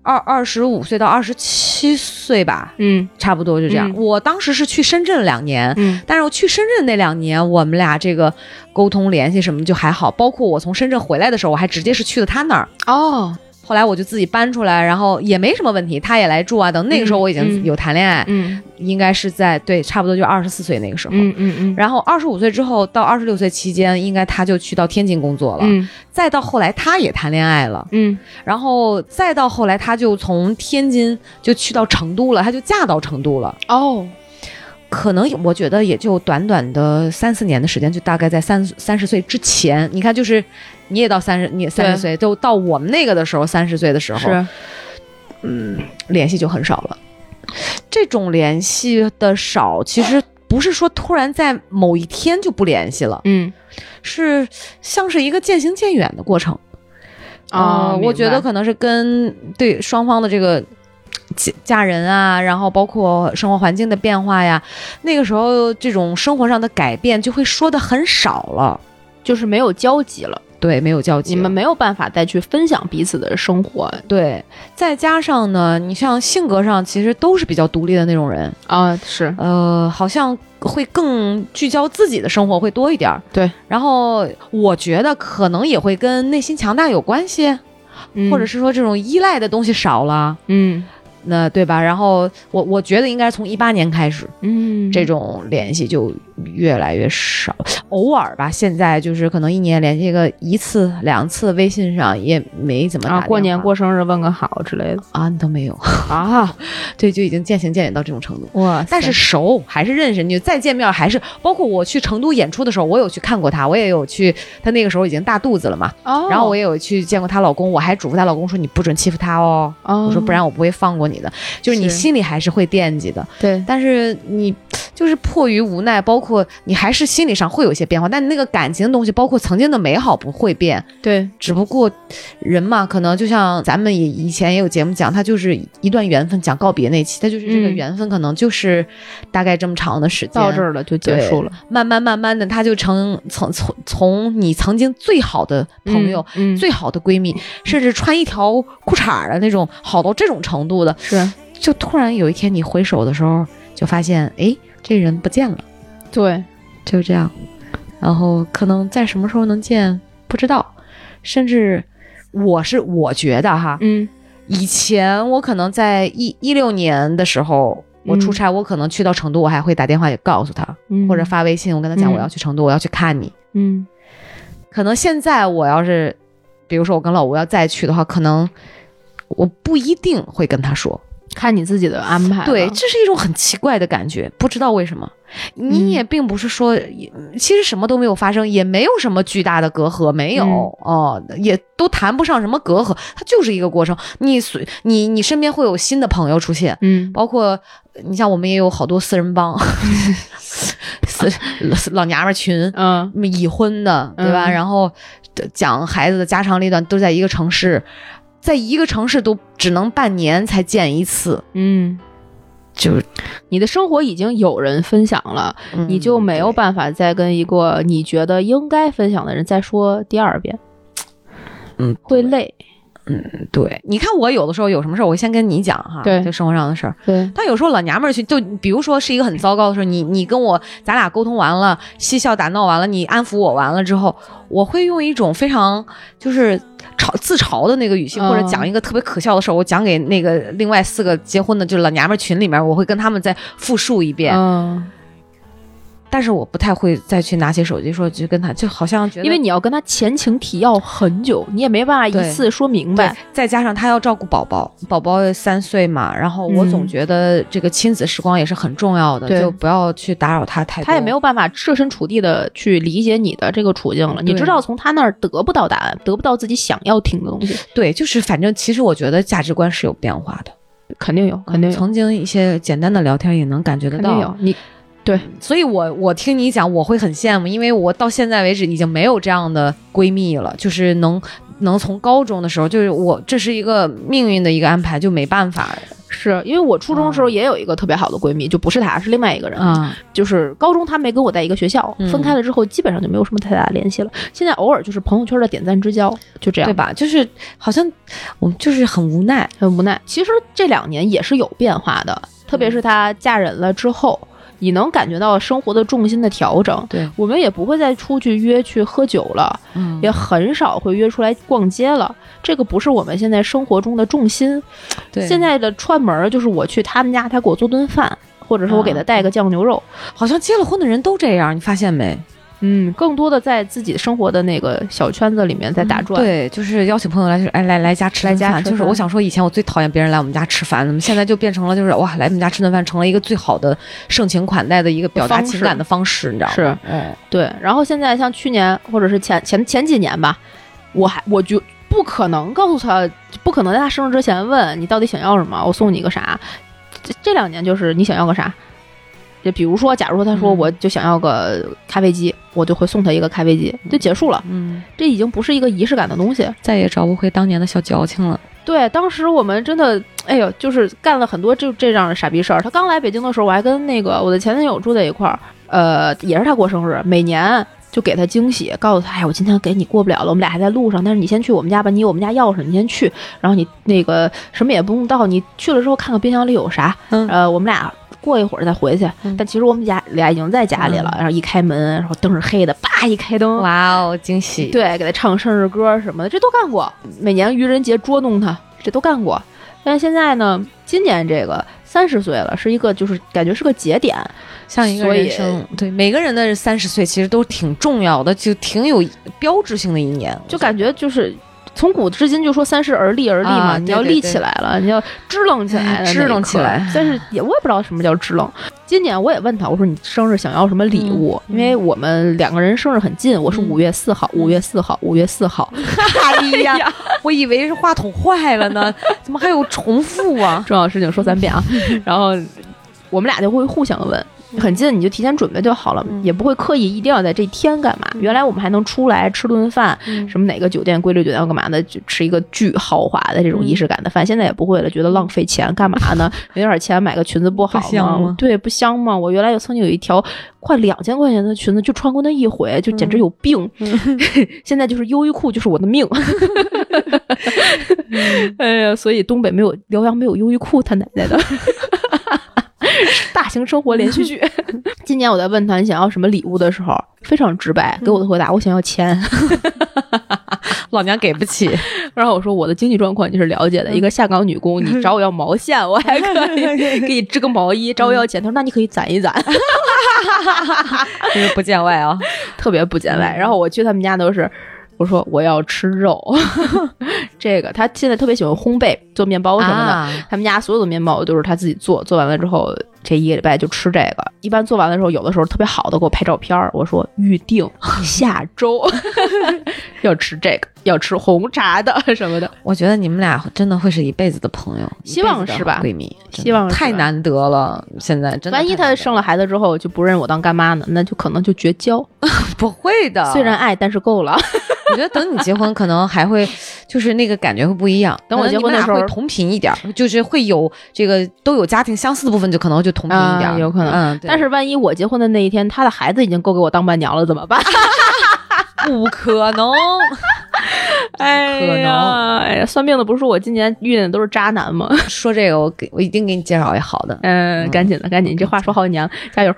[SPEAKER 2] 二二十五岁到二十七岁吧，
[SPEAKER 3] 嗯
[SPEAKER 2] 差不多就这样。
[SPEAKER 3] 嗯
[SPEAKER 2] 我当时是去深圳了两年，
[SPEAKER 3] 嗯
[SPEAKER 2] 但是我去深圳那两年，我们俩这个沟通联系什么就还好，包括我从深圳回来的时候，我还直接是去的他那儿。
[SPEAKER 3] 哦，
[SPEAKER 2] 后来我就自己搬出来，然后也没什么问题，他也来住啊。等那个时候我已
[SPEAKER 3] 嗯
[SPEAKER 2] 经
[SPEAKER 3] 嗯
[SPEAKER 2] 有谈恋爱，
[SPEAKER 3] 嗯
[SPEAKER 2] 应该是在对，差不多就二十四岁那个时候。
[SPEAKER 3] 嗯嗯嗯
[SPEAKER 2] 然后二十五岁之后到二十六岁期间，应该他就去到天津工作了。
[SPEAKER 3] 嗯
[SPEAKER 2] 再到后来，他也谈恋爱了，
[SPEAKER 3] 嗯，
[SPEAKER 2] 然后再到后来，他就从天津就去到成都了，他就嫁到成都了。
[SPEAKER 3] 哦，
[SPEAKER 2] 可能我觉得也就短短的三四年的时间，就大概在三三十岁之前，你看，就是你也到三十，你也三十岁，就到我们那个的时候，三十岁的时候，嗯
[SPEAKER 3] 是
[SPEAKER 2] 联系就很少了。这种联系的少，其实不是说突然在某一天就不联系了，
[SPEAKER 3] 嗯
[SPEAKER 2] 是像是一个渐行渐远的过程。
[SPEAKER 3] 啊，
[SPEAKER 2] 呃
[SPEAKER 3] 明白
[SPEAKER 2] 我觉得可能是跟对双方的这个家家人啊，然后包括生活环境的变化呀，那个时候这种生活上的改变就会说的很少了，
[SPEAKER 3] 就是没有交集了，
[SPEAKER 2] 对，没有交集
[SPEAKER 3] 你
[SPEAKER 2] 了。
[SPEAKER 3] 们没有办法再去分享彼此的生活
[SPEAKER 2] 对，再加上呢，你像性格上其实都是比较独立的那种人，
[SPEAKER 3] 啊，是
[SPEAKER 2] 呃，好像会更聚焦自己的生活会多一点儿。
[SPEAKER 3] 对，
[SPEAKER 2] 然后我觉得可能也会跟内心强大有关系，或者
[SPEAKER 3] 是
[SPEAKER 2] 是说这种依赖的东西少了。
[SPEAKER 3] 嗯
[SPEAKER 2] 那对吧？然后我我觉得应该是从一八年开始，
[SPEAKER 3] 嗯
[SPEAKER 2] 这种联系就越来越少，偶尔吧。现在就是可能一年联系个一次两次，微信上也没怎么打电
[SPEAKER 3] 啊，
[SPEAKER 2] 话
[SPEAKER 3] 过年过生日问个好之类的
[SPEAKER 2] 啊都没有，
[SPEAKER 3] 啊，
[SPEAKER 2] 对，就已经渐行渐远到这种程度。
[SPEAKER 3] 哇塞，
[SPEAKER 2] 但是熟还是认识，你再见面还是包括我去成都演出的时候，我有去看过她，我也有去，她那个时候已经大肚子了嘛，
[SPEAKER 3] 哦，
[SPEAKER 2] 然后我也有去见过她老公，我还嘱咐她老公说你不准欺负她哦，
[SPEAKER 3] 哦
[SPEAKER 2] 我说不然我不会放过你的，就是你
[SPEAKER 3] 是
[SPEAKER 2] 心里还是会惦记的。
[SPEAKER 3] 对
[SPEAKER 2] 但是你就是迫于无奈，包括你还是心理上会有一些变化，但那个感情的东西，包括曾经的美好不会变，
[SPEAKER 3] 对
[SPEAKER 2] 只不过人嘛，可能就像咱们也以前也有节目讲，它就是一段缘分，讲告别那期，它就是这个
[SPEAKER 3] 嗯
[SPEAKER 2] 缘分，可能就是大概这么长的时间，
[SPEAKER 3] 到这儿了就结束了，
[SPEAKER 2] 慢慢慢慢的，它就成从从从你曾经最好的朋友。
[SPEAKER 3] 嗯嗯
[SPEAKER 2] 最好的闺蜜，甚至穿一条裤衩儿的那种，好到这种程度的，
[SPEAKER 3] 是
[SPEAKER 2] 就突然有一天你回首的时候，就发现，哎，这人不见了，
[SPEAKER 3] 对
[SPEAKER 2] 就这样。然后可能在什么时候能见，不知道。甚至我是我觉得哈，
[SPEAKER 3] 嗯
[SPEAKER 2] 以前我可能在一一六年的时候，我
[SPEAKER 3] 嗯
[SPEAKER 2] 出差，我可能去到成都，我还会打电话也告诉他，
[SPEAKER 3] 嗯
[SPEAKER 2] 或者发微信，我跟他讲
[SPEAKER 3] 嗯
[SPEAKER 2] 我要去成都，我要去看你。
[SPEAKER 3] 嗯
[SPEAKER 2] 可能现在我要是，比如说我跟老吴要再去的话，可能我不一定会跟他说。
[SPEAKER 3] 看你自己的安排了，
[SPEAKER 2] 对，这是一种很奇怪的感觉，不知道为什么。
[SPEAKER 3] 嗯
[SPEAKER 2] 你也并不是说，也其实什么都没有发生，也没有什么巨大的隔阂，没有、
[SPEAKER 3] 嗯
[SPEAKER 2] 哦，也都谈不上什么隔阂，它就是一个过程。你随你你身边会有新的朋友出现，
[SPEAKER 3] 嗯
[SPEAKER 2] 包括你像我们也有好多四人帮， 四 老娘们儿群，
[SPEAKER 3] 嗯
[SPEAKER 2] 已婚的，对吧？
[SPEAKER 3] 嗯
[SPEAKER 2] 然后呃讲孩子的家长里短都在一个城市，在一个城市都只能半年才见一次，
[SPEAKER 3] 嗯，
[SPEAKER 2] 就是。
[SPEAKER 3] 你的生活已经有人分享了，你就没有
[SPEAKER 2] 把
[SPEAKER 3] 办法再跟一个你觉得应该分享的人再说第二遍，
[SPEAKER 2] 嗯，
[SPEAKER 3] 会累。
[SPEAKER 2] 对。你看我有的时候有什么事儿，我会先跟你讲哈，
[SPEAKER 3] 对
[SPEAKER 2] 就生活上的事儿。
[SPEAKER 3] 对，
[SPEAKER 2] 但有时候老娘们儿去，就比如说是一个很糟糕的事儿，你你跟我咱俩沟通完了，嬉笑打闹完了，你安抚我完了之后，我会用一种非常就是嘲自嘲的那个语气，
[SPEAKER 3] 嗯
[SPEAKER 2] 或者讲一个特别可笑的事儿，我讲给那个另外四个结婚的就是老娘们儿群里面，我会跟他们再复述一遍。
[SPEAKER 3] 嗯，
[SPEAKER 2] 但是我不太会再去拿起手机说去跟他，就好像觉得
[SPEAKER 3] 因为你要跟他前情提要很久，你也没办法
[SPEAKER 2] 对
[SPEAKER 3] 一次说明
[SPEAKER 2] 对
[SPEAKER 3] 白。，
[SPEAKER 2] 再加上他要照顾宝宝，宝宝三岁嘛，然后我
[SPEAKER 3] 嗯
[SPEAKER 2] 总觉得这个亲子时光也是很重要的，
[SPEAKER 3] 对
[SPEAKER 2] 就不要去打扰他太多。
[SPEAKER 3] 他也没有办法设身处地的去理解你的这个处境了，你
[SPEAKER 2] 对
[SPEAKER 3] 知道从他那儿得不到答案，得不到自己想要听的东 西，
[SPEAKER 2] 对，就是反正其实我觉得价值观是有变化的，
[SPEAKER 3] 肯定有，肯定有，
[SPEAKER 2] 曾经一些简单的聊天也能感觉得
[SPEAKER 3] 肯定有
[SPEAKER 2] 到。。
[SPEAKER 3] 你嗯
[SPEAKER 2] 所以我我听你讲，我会很羡慕，因为我到现在为止已经没有这样的闺蜜了，就是能能从高中的时候，就是我这是一个命运的一个安排，就没办法
[SPEAKER 3] 是因为我初中的时
[SPEAKER 2] 嗯
[SPEAKER 3] 候也有一个特别好的闺蜜，就不是她，是另外一个人。
[SPEAKER 2] 啊、
[SPEAKER 3] 就是高中她没跟我在一个学校，
[SPEAKER 2] 嗯
[SPEAKER 3] 分开了之后基本上就没有什么太大的联系了。现在偶尔就是朋友圈的点赞之交，就这样，
[SPEAKER 2] 对？吧？就是好像我们就是很无奈，
[SPEAKER 3] 很无奈。其实这两年也是有变化的，特
[SPEAKER 2] 嗯
[SPEAKER 3] 别是她嫁人了之后，你能感觉到生活的重心的调整。
[SPEAKER 2] 对，
[SPEAKER 3] 我们也不会再出去约去喝酒了，
[SPEAKER 2] 嗯
[SPEAKER 3] 也很少会约出来逛街了。这个不是我们现在生活中的重心。
[SPEAKER 2] 对，
[SPEAKER 3] 现在的串门儿就是我去他们家，他给我做顿饭，或者说我给他
[SPEAKER 2] 嗯
[SPEAKER 3] 带个酱牛肉。
[SPEAKER 2] 好像结了婚的人都这样，你发现没？
[SPEAKER 3] 嗯，更多的在自己生活的那个小圈子里面在打转。
[SPEAKER 2] 嗯对，就是邀请朋友来，就是哎来来家吃
[SPEAKER 3] 来
[SPEAKER 2] 顿
[SPEAKER 3] 家
[SPEAKER 2] 饭。
[SPEAKER 3] 吃
[SPEAKER 2] 就是
[SPEAKER 3] 饭
[SPEAKER 2] 我想说，以前我最讨厌别人来我们家吃饭， 怎么现在就变成了就是哇，来我们家吃顿饭成了一个最好的盛情款待的一个表达
[SPEAKER 3] 方式
[SPEAKER 2] 情感的方式，你知道吗？
[SPEAKER 3] 是
[SPEAKER 2] 哎，
[SPEAKER 3] 对然后现在像去年或者是前前前几年吧，我还我就不可能告诉他，不可能在他生日之前问你到底想要什么，我送你个啥。这这两年就是你想要个啥，就比如说，假如说他说
[SPEAKER 2] 嗯
[SPEAKER 3] 我就想要个咖啡机，我就会送他一个咖啡机，就结束了。
[SPEAKER 2] 嗯，
[SPEAKER 3] 这已经不是一个仪式感的东西。
[SPEAKER 2] 再也找不回当年的小矫情了。
[SPEAKER 3] 对，当时我们真的，哎呦，就是干了很多这这样的傻逼事儿。他刚来北京的时候，我还跟那个我的前男友住在一块儿，呃，也是他过生日，每年就给他惊喜，告诉他，哎，我今天给你过不了了，我们俩还在路上，但是你先去我们家吧，你有我们家钥匙，你先去，然后你那个什么也不用到，你去了之后看看冰箱里有啥，
[SPEAKER 2] 嗯
[SPEAKER 3] 呃，我们俩。过一会儿再回去，
[SPEAKER 2] 嗯
[SPEAKER 3] 但其实我们家俩已经在家里了。然后一开门，然后灯是黑的，叭一开灯，
[SPEAKER 2] 哇哦，惊喜！，
[SPEAKER 3] 对，给他唱生日歌什么的，这都干过。每年愚人节捉弄他，这都干过。但是现在呢，今年这个三十岁了，是一个就是感觉是个节点，
[SPEAKER 2] 像一个
[SPEAKER 3] 所以
[SPEAKER 2] 人生，对每个人的三十岁其实都挺重要的，就挺有标志性的一年。
[SPEAKER 3] 就感觉就是从古至今就说三十而立而立嘛，
[SPEAKER 2] 啊
[SPEAKER 3] 你要
[SPEAKER 2] 对对
[SPEAKER 3] 立
[SPEAKER 2] 对
[SPEAKER 3] 起来了，你要支棱起来了
[SPEAKER 2] 哎
[SPEAKER 3] 那一刻，
[SPEAKER 2] 支棱起来
[SPEAKER 3] 但是也我也不知道什么叫支棱。今年我也问他，我说你生日想要什么礼物？
[SPEAKER 2] 嗯
[SPEAKER 3] 因为我们两个人生日很近，我是
[SPEAKER 2] 嗯
[SPEAKER 3] 五月四号，五月四号，五月四号，
[SPEAKER 2] 大力 哎呀，我以为是话筒坏了呢，怎么还有重复啊？
[SPEAKER 3] 重要的事情说三遍啊。然后我们俩就会互相问，很近你就提前准备就好了，
[SPEAKER 2] 嗯
[SPEAKER 3] 也不会刻意一定要在这天干嘛。原来我们还能出来吃顿饭，
[SPEAKER 2] 嗯
[SPEAKER 3] 什么哪个酒店规律酒店要干嘛的，就吃一个巨豪华的
[SPEAKER 2] 嗯
[SPEAKER 3] 这种仪式感的饭，现在也不会了，觉得浪费钱，干嘛呢？没点钱买个裙子不好
[SPEAKER 2] 不香吗
[SPEAKER 3] 对，不香吗？我原来有曾经有一条快两千块钱的裙子，就穿过那一回，就
[SPEAKER 2] 嗯
[SPEAKER 3] 简直有病。 现在就是优衣库就是我的命。 哎呀，所以东北没有辽阳没有优衣库，他奶奶的！ 大型生活连续剧。今年我在问他你想要什么礼物的时候，非常直白，给我的回答我想要钱。
[SPEAKER 2] 老娘给不起。
[SPEAKER 3] 然后我说我的经济状况你是了解的，一个下岗女工，你找我要毛线，我还 可以给你织个毛衣，找我要钱。他说那你可以攒一攒，
[SPEAKER 2] 这个不见外啊。
[SPEAKER 3] 特别不见外。然后我去他们家都是。我说我要吃肉， 这个他现在特别喜欢烘焙，做面包什么的。
[SPEAKER 2] 啊
[SPEAKER 3] 他们家所有的面包都是他自己做，做完了之后这一个礼拜就吃这个。一般做完了之后，有的时候特别好的给我拍照片儿，我说预定 下周 要吃这个， 要吃红茶的什么的。
[SPEAKER 2] 我觉得你们俩真的会是一辈子的朋友，
[SPEAKER 3] 希望
[SPEAKER 2] 一辈子的
[SPEAKER 3] 是吧
[SPEAKER 2] 闺蜜，真的
[SPEAKER 3] 希望是吧
[SPEAKER 2] 太难得了，现在 真的太难得了。
[SPEAKER 3] 万一他生了孩子之后就不认我当干妈呢，那就可能就绝交。
[SPEAKER 2] 不会的，
[SPEAKER 3] 虽然 爱，但是够了。
[SPEAKER 2] 我觉得等你结婚，可能还会就是那个感觉会不一样。
[SPEAKER 3] 等我
[SPEAKER 2] 可
[SPEAKER 3] 结
[SPEAKER 2] 能
[SPEAKER 3] 婚的
[SPEAKER 2] 你们俩
[SPEAKER 3] 时候
[SPEAKER 2] 会同频一点儿，就是会有这个都有家庭相似的部分，就可能就同频一点儿，
[SPEAKER 3] 啊有可能
[SPEAKER 2] 嗯， 对
[SPEAKER 3] 但是万一我结婚的那一天，他 的孩子已经够给我当伴娘了，怎么办？
[SPEAKER 2] 不可能，
[SPEAKER 3] 哎呀，哎呀，算命的不是说我今年遇见的都是渣男吗？，
[SPEAKER 2] 说这个，我给我一定给你介绍一好的
[SPEAKER 3] 嗯，赶紧的，赶紧，这话说好几年了，加油！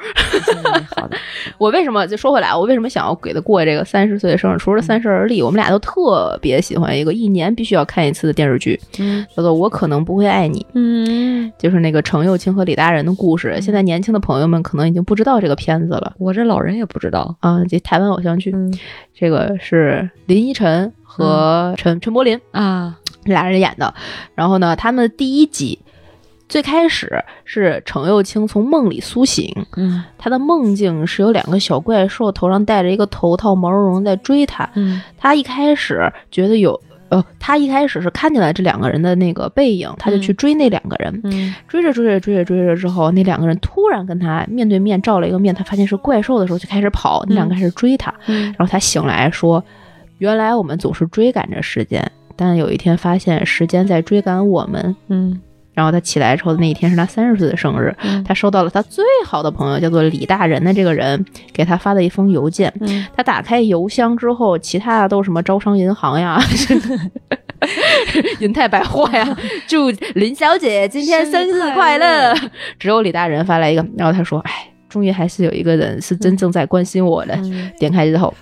[SPEAKER 2] 好的，
[SPEAKER 3] 我为什么就说回来，我为什么想要给他过这个三十岁的生日？除了三十而立，我们俩都特别喜欢一个一年必须要看一次的电视剧，
[SPEAKER 2] 嗯
[SPEAKER 3] 叫做《我可能不会爱你》，
[SPEAKER 2] 嗯，
[SPEAKER 3] 就是那个程又青和李大人的故事。现在年轻的朋友们可能已经不知道这个片子了
[SPEAKER 2] 我这老人也不知道，
[SPEAKER 3] 啊，这台湾偶像剧，
[SPEAKER 2] 嗯
[SPEAKER 3] 这个是林依晨和陈、陈柏霖
[SPEAKER 2] 啊，
[SPEAKER 3] 俩人演的。然后呢，他们第一集最开始是程又青从梦里苏醒，
[SPEAKER 2] 嗯
[SPEAKER 3] 他的梦境是有两个小怪兽头上戴着一个头套，毛茸茸在追他。
[SPEAKER 2] 嗯
[SPEAKER 3] 他一开始觉得有。呃，他一开始是看见了这两个人的那个背影，他就去追那两个人，
[SPEAKER 2] 嗯
[SPEAKER 3] 追着追着追着追着之后，那两个人突然跟他面对面照了一个面，他发现是怪兽的时候就开始跑，那两个开始追他，
[SPEAKER 2] 嗯
[SPEAKER 3] 然后他醒来说，原来我们总是追赶着时间，但有一天发现时间在追赶我们。
[SPEAKER 2] 嗯
[SPEAKER 3] 然后他起来之后的那一天是他三十岁的生日，
[SPEAKER 2] 嗯
[SPEAKER 3] 他收到了他最好的朋友叫做李大人的这个人给他发的一封邮件。
[SPEAKER 2] 嗯
[SPEAKER 3] 他打开邮箱之后，其他的都是什么招商银行 呀、银泰百货呀，祝林小姐今天生日快乐。只有李大人发来一个，然后他说：“哎，终于还是有一个人是真正在关心我的。
[SPEAKER 2] 嗯
[SPEAKER 3] 点开之后，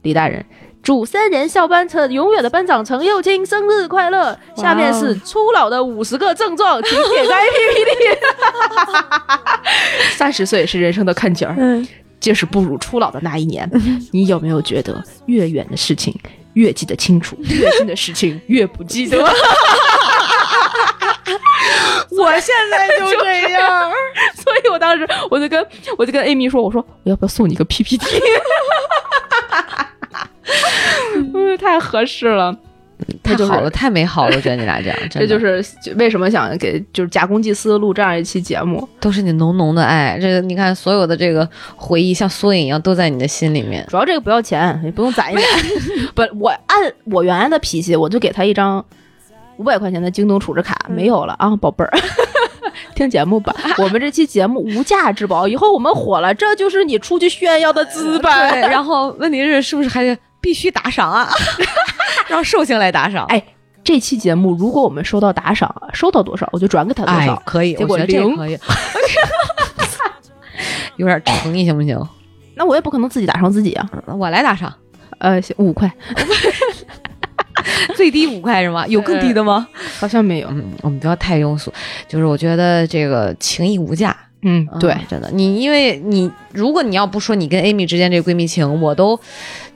[SPEAKER 3] 李大人。祝三年校班车永远的班长程又青生日快乐！下面是初老的五十个症状，请点开 APP 里。 三十岁是人生的坎儿，
[SPEAKER 2] 嗯
[SPEAKER 3] 这是步入初老的那一年，你有没有觉得越远的事情越记得清楚，越近的事情越不记得？ 我现在 就这样， 所以我当时我就跟我就跟 Amy 说，我说我要不要送你个 PPT？嗯，太合适了，
[SPEAKER 2] 太
[SPEAKER 3] 就是
[SPEAKER 2] 好了，太美好了，我觉得你俩这样，真
[SPEAKER 3] 这
[SPEAKER 2] 的
[SPEAKER 3] 就是为什么想给就是假公济私录这样一期节目。
[SPEAKER 2] 都是你浓浓的爱。这个你看，所有的这个回忆像缩影一样都在你的心里面。
[SPEAKER 3] 主要这个不要钱， 也不用攒一 点。不，我按我原来的脾气，我就给他一张五百块钱的京东储值卡，
[SPEAKER 2] 嗯
[SPEAKER 3] 没有了啊，宝贝儿。 听节目 吧，我们这期节目无价之宝，以后我们火了，这就是你出去炫耀的资本。
[SPEAKER 2] 对，然后问题是是不是还得必须打赏啊？让寿星来打赏。
[SPEAKER 3] 哎这期节目如果我们收到打赏，收到多少我就转给他多少。
[SPEAKER 2] 可以，
[SPEAKER 3] 结果
[SPEAKER 2] 我觉得这
[SPEAKER 3] 零
[SPEAKER 2] 个可以，有点诚意行不行？
[SPEAKER 3] 那我也不可能自己打赏自己啊。
[SPEAKER 2] 我来打赏，
[SPEAKER 3] 呃，行五块
[SPEAKER 2] 最低五块是吗？有更低的吗？
[SPEAKER 3] 好像没有。
[SPEAKER 2] 嗯，我们不要太庸俗，就是我觉得这个情谊无价。
[SPEAKER 3] 嗯
[SPEAKER 2] 嗯
[SPEAKER 3] 对，
[SPEAKER 2] 真的，你因为你如果你要不说你跟 Amy 之间这个闺蜜情，我都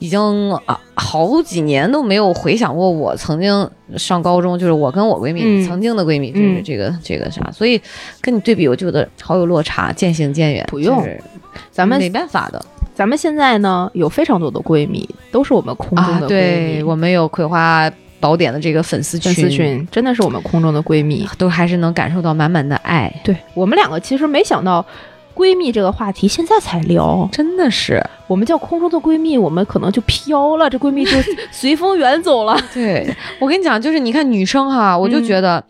[SPEAKER 2] 已经啊好几年都没有回想过我曾经上高中，就是我跟我闺蜜、
[SPEAKER 3] 嗯
[SPEAKER 2] 曾经的闺蜜，就
[SPEAKER 3] 嗯
[SPEAKER 2] 是这个、这个啥，所以跟你对比，我觉得好有落差，渐行渐远。
[SPEAKER 3] 不用
[SPEAKER 2] 就是
[SPEAKER 3] 咱们
[SPEAKER 2] 没办法的
[SPEAKER 3] 咱们现在呢有非常多的闺蜜，都是我们空中
[SPEAKER 2] 啊，
[SPEAKER 3] 的闺蜜。
[SPEAKER 2] 对我们有葵花宝典的这个粉丝群，
[SPEAKER 3] 粉丝群真的是我们空中的闺蜜。
[SPEAKER 2] 都还是能感受到满满的爱，
[SPEAKER 3] 对我们两个其实没想到闺蜜这个话题现在才聊，
[SPEAKER 2] 真的是
[SPEAKER 3] 我们叫空中的闺蜜，我们可能就飘了，这闺蜜 就随风远走了。
[SPEAKER 2] 对，我跟你讲，就是你看女生哈，
[SPEAKER 3] 嗯
[SPEAKER 2] 我就觉得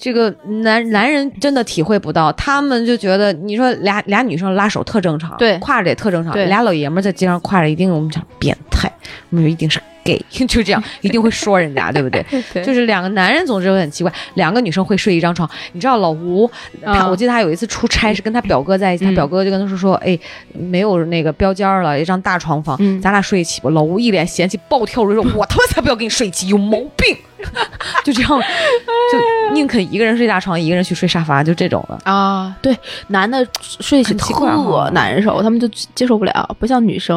[SPEAKER 2] 这个男男人真的体会不到，他们就觉得你说俩俩女生拉手特正常，
[SPEAKER 3] 对
[SPEAKER 2] 挎着也特正常，
[SPEAKER 3] 对
[SPEAKER 2] 俩老爷们儿在街上挎着，一定我们讲变态，我们一定是 gay，就 这样，一定会说人家，对不 对？
[SPEAKER 3] 对
[SPEAKER 2] 就是两个男人总是很奇怪，两个女生会睡一张床。你知道老吴，他、
[SPEAKER 3] 嗯
[SPEAKER 2] 我记得他有一次出差是跟他表哥在一起，他
[SPEAKER 3] 嗯
[SPEAKER 2] 表哥就跟他说说，哎，没有那个标间儿了，一张大床房，
[SPEAKER 3] 嗯
[SPEAKER 2] 咱俩睡一起吧。老吴一脸嫌弃，暴 跳如雷说，我他妈才不要跟你睡一起，有毛病。 就这样，就宁肯一个人睡大床，一个人去睡沙发，就这种的。
[SPEAKER 3] 啊，对，男的睡起
[SPEAKER 2] 很奇怪哈
[SPEAKER 3] 特难受，他们就接受不了，不像女生，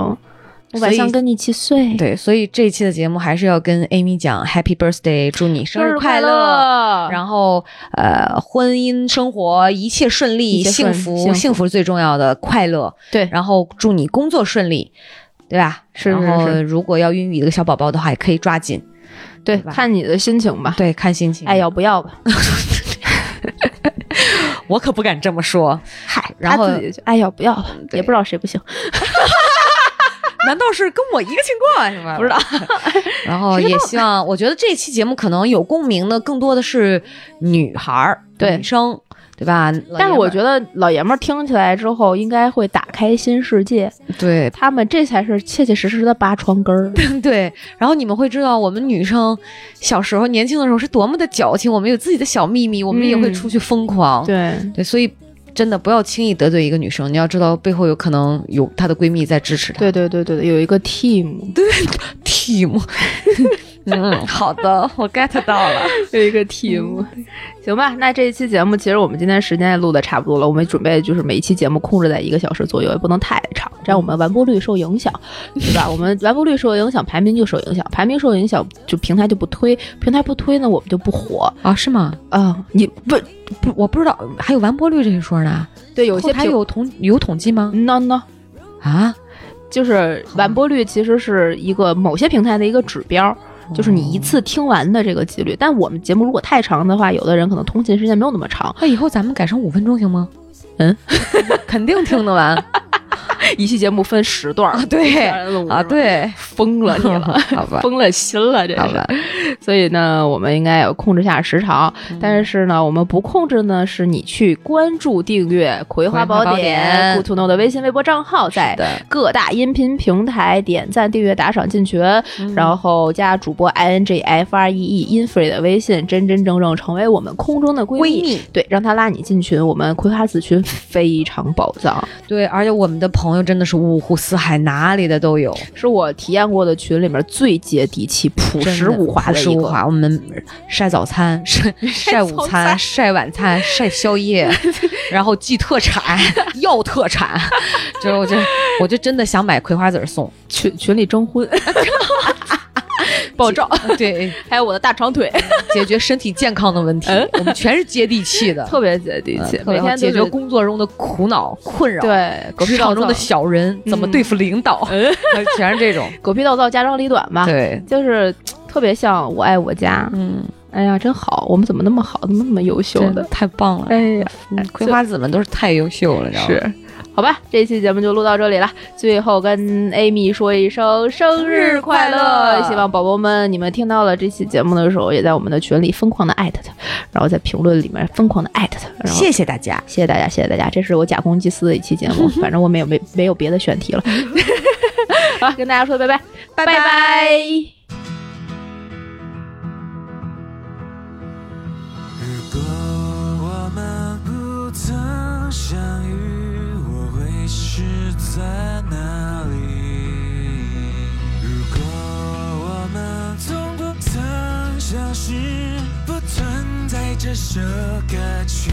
[SPEAKER 3] 我晚
[SPEAKER 2] 所
[SPEAKER 3] 上
[SPEAKER 2] 以
[SPEAKER 3] 跟你一起睡，
[SPEAKER 2] 对，所以这一期的节目还是要跟 Amy 讲 Happy Birthday，祝你生日快乐。
[SPEAKER 3] 乐然后
[SPEAKER 2] 然后呃，婚姻生活一切顺利，
[SPEAKER 3] 一切顺
[SPEAKER 2] 幸福
[SPEAKER 3] 幸福
[SPEAKER 2] 幸福是最重要的，快乐。
[SPEAKER 3] 对
[SPEAKER 2] 然后祝你工作顺利，对吧？
[SPEAKER 3] 是是
[SPEAKER 2] 然后
[SPEAKER 3] 是
[SPEAKER 2] 如果要孕育一个小宝宝的话，也可以抓紧，
[SPEAKER 3] 对，
[SPEAKER 2] 对吧
[SPEAKER 3] 看你的心情吧，
[SPEAKER 2] 对，看心情。
[SPEAKER 1] 哎
[SPEAKER 3] 爱，哎要不要吧，
[SPEAKER 2] 我可不敢这么说。
[SPEAKER 3] 嗨，
[SPEAKER 2] 然后
[SPEAKER 3] 他自己就爱哎要不要吧，
[SPEAKER 2] 对
[SPEAKER 3] 也不知道谁不行，
[SPEAKER 2] 难道是跟我一个情况是吧？
[SPEAKER 3] 不知道。
[SPEAKER 2] 然后也希望，我觉得这期节目可能有共鸣的更多的是女孩儿、
[SPEAKER 3] 对
[SPEAKER 2] 女生。对吧？
[SPEAKER 3] 但是我觉
[SPEAKER 2] 得
[SPEAKER 3] 得老爷们儿听起来之后，应该会打开新世界。
[SPEAKER 2] 对
[SPEAKER 3] 他们这才是切切实实的拔床根儿。
[SPEAKER 2] 嗯对，然后你们会知道，我们女生小时候年轻的时候是多么的矫情，我们有自己的小秘密，我们也会
[SPEAKER 3] 嗯
[SPEAKER 2] 出去疯狂。
[SPEAKER 3] 对，
[SPEAKER 2] 对，所以真的不要轻易得罪一个女生，你要知道背后有可能有她的闺蜜在支持她。
[SPEAKER 3] 对对对对对，有一个 team，
[SPEAKER 2] team，嗯，好的，我 get 到 了。
[SPEAKER 3] 有一个 team，行吧。那这一期节目，其实我们今天时间也录的差不多了，我们准备就是每一期节目控制在一个小时左右，也不能太长，这样我们完播率受 影响，对吧？我们完播率受影响，排名就受影响，排名受影响就平台就不推，平台不推呢，我们就不火
[SPEAKER 2] 啊，是吗？
[SPEAKER 3] 啊。你不
[SPEAKER 2] 不，我不知道还有完播率这一说呢。
[SPEAKER 3] 对，有
[SPEAKER 2] 后
[SPEAKER 3] 些嗯
[SPEAKER 2] 台
[SPEAKER 3] 平
[SPEAKER 2] 有统有统计吗？
[SPEAKER 3] no no。
[SPEAKER 2] 啊，
[SPEAKER 3] 就是完播率其实是一个某些平台的一个指标，就是
[SPEAKER 2] 哦
[SPEAKER 3] 你一次听完的这个几率。但我们节目如果太长的话，有的人可能通勤时间没有那么长，
[SPEAKER 2] 那以后咱们改成五分钟行吗？
[SPEAKER 3] 嗯，
[SPEAKER 2] 肯定听 得完
[SPEAKER 3] 一期节目分十段儿
[SPEAKER 2] 啊！对啊，
[SPEAKER 3] 啊，
[SPEAKER 2] 对，。
[SPEAKER 3] 疯了你了
[SPEAKER 2] 好 吧，
[SPEAKER 3] 疯了心了，这
[SPEAKER 2] 好
[SPEAKER 3] 是
[SPEAKER 2] 吧。，
[SPEAKER 3] 所以呢，我们应该要控制下时长。
[SPEAKER 2] 嗯
[SPEAKER 3] 但是呢，我们不控制呢，是你去关注、订阅《葵花
[SPEAKER 2] 葵花
[SPEAKER 3] 宝
[SPEAKER 2] 宝典
[SPEAKER 3] 典》Good to Know 的微信、微博账号，在
[SPEAKER 2] 的，
[SPEAKER 3] 各大音频平台点赞、订阅、打赏、进群，
[SPEAKER 2] 嗯
[SPEAKER 3] 然后加主播 i n g f r e e infree 的微信，真真正正成为我们空中的闺蜜。
[SPEAKER 2] 闺蜜
[SPEAKER 3] 对，让她拉你进群，我们葵花子群非常宝藏，
[SPEAKER 2] 对，而且我们的朋友真的是五湖四海，哪里的都有，
[SPEAKER 3] 是我体验过的群里面最接地气、朴
[SPEAKER 2] 真
[SPEAKER 3] 实
[SPEAKER 2] 的
[SPEAKER 3] 无华
[SPEAKER 2] 朴
[SPEAKER 3] 的
[SPEAKER 2] 实
[SPEAKER 3] 一
[SPEAKER 2] 无
[SPEAKER 3] 个。
[SPEAKER 2] 华。我们晒早餐，晒晒午
[SPEAKER 3] 早
[SPEAKER 2] 餐，
[SPEAKER 3] 餐
[SPEAKER 2] 晒晚餐，晒宵 夜，然后寄特产， 要特产， 就是我就我就真的想买葵花籽 儿送，
[SPEAKER 3] 群群里征 婚，爆照，
[SPEAKER 2] 对，
[SPEAKER 3] 还有我的大长腿，
[SPEAKER 2] 解决身体健康的问题，我们全是接地气的，
[SPEAKER 3] 嗯 特别接地
[SPEAKER 2] 嗯
[SPEAKER 3] 气，
[SPEAKER 2] 特别
[SPEAKER 3] 每
[SPEAKER 2] 好
[SPEAKER 3] 天
[SPEAKER 2] 解决
[SPEAKER 3] 都是
[SPEAKER 2] 工作中的苦恼、困扰，，
[SPEAKER 3] 对狗
[SPEAKER 2] 职
[SPEAKER 3] 屁
[SPEAKER 2] 场
[SPEAKER 3] 倒
[SPEAKER 2] 中
[SPEAKER 3] 灶
[SPEAKER 2] 的，小人怎么
[SPEAKER 3] 嗯啊
[SPEAKER 2] 对付领导， 全是 这种，
[SPEAKER 3] 狗屁倒灶，家长里短嘛，
[SPEAKER 2] 对，
[SPEAKER 3] 就是特别像我爱我家。
[SPEAKER 2] 嗯，
[SPEAKER 3] 哎呀，真好，我们怎么那么好，怎么那么优秀
[SPEAKER 2] 真的
[SPEAKER 3] 的？
[SPEAKER 2] 太棒了，
[SPEAKER 3] 哎呀，
[SPEAKER 2] 嗯葵花籽们都是太优秀了，知道吗？
[SPEAKER 3] 是，好吧，这期节目就录到这里了。最后跟 Amy 说一声生日快
[SPEAKER 2] 生日快
[SPEAKER 3] 乐，
[SPEAKER 2] 乐
[SPEAKER 3] 希望宝宝们你们听到了这期节目的时候，也在我们的群里疯狂的艾特他，然后在评论里面疯狂的艾特他，然后。
[SPEAKER 2] 谢谢大家，
[SPEAKER 3] 谢谢大家，谢谢大家，这是我假公济私的一期节 目，反正我没有没没有别的选题 了。好，跟大家说拜拜，拜拜。
[SPEAKER 4] 如果我们不曾相遇，我会是在哪里？如果我们从不曾相识，不存在这首歌曲。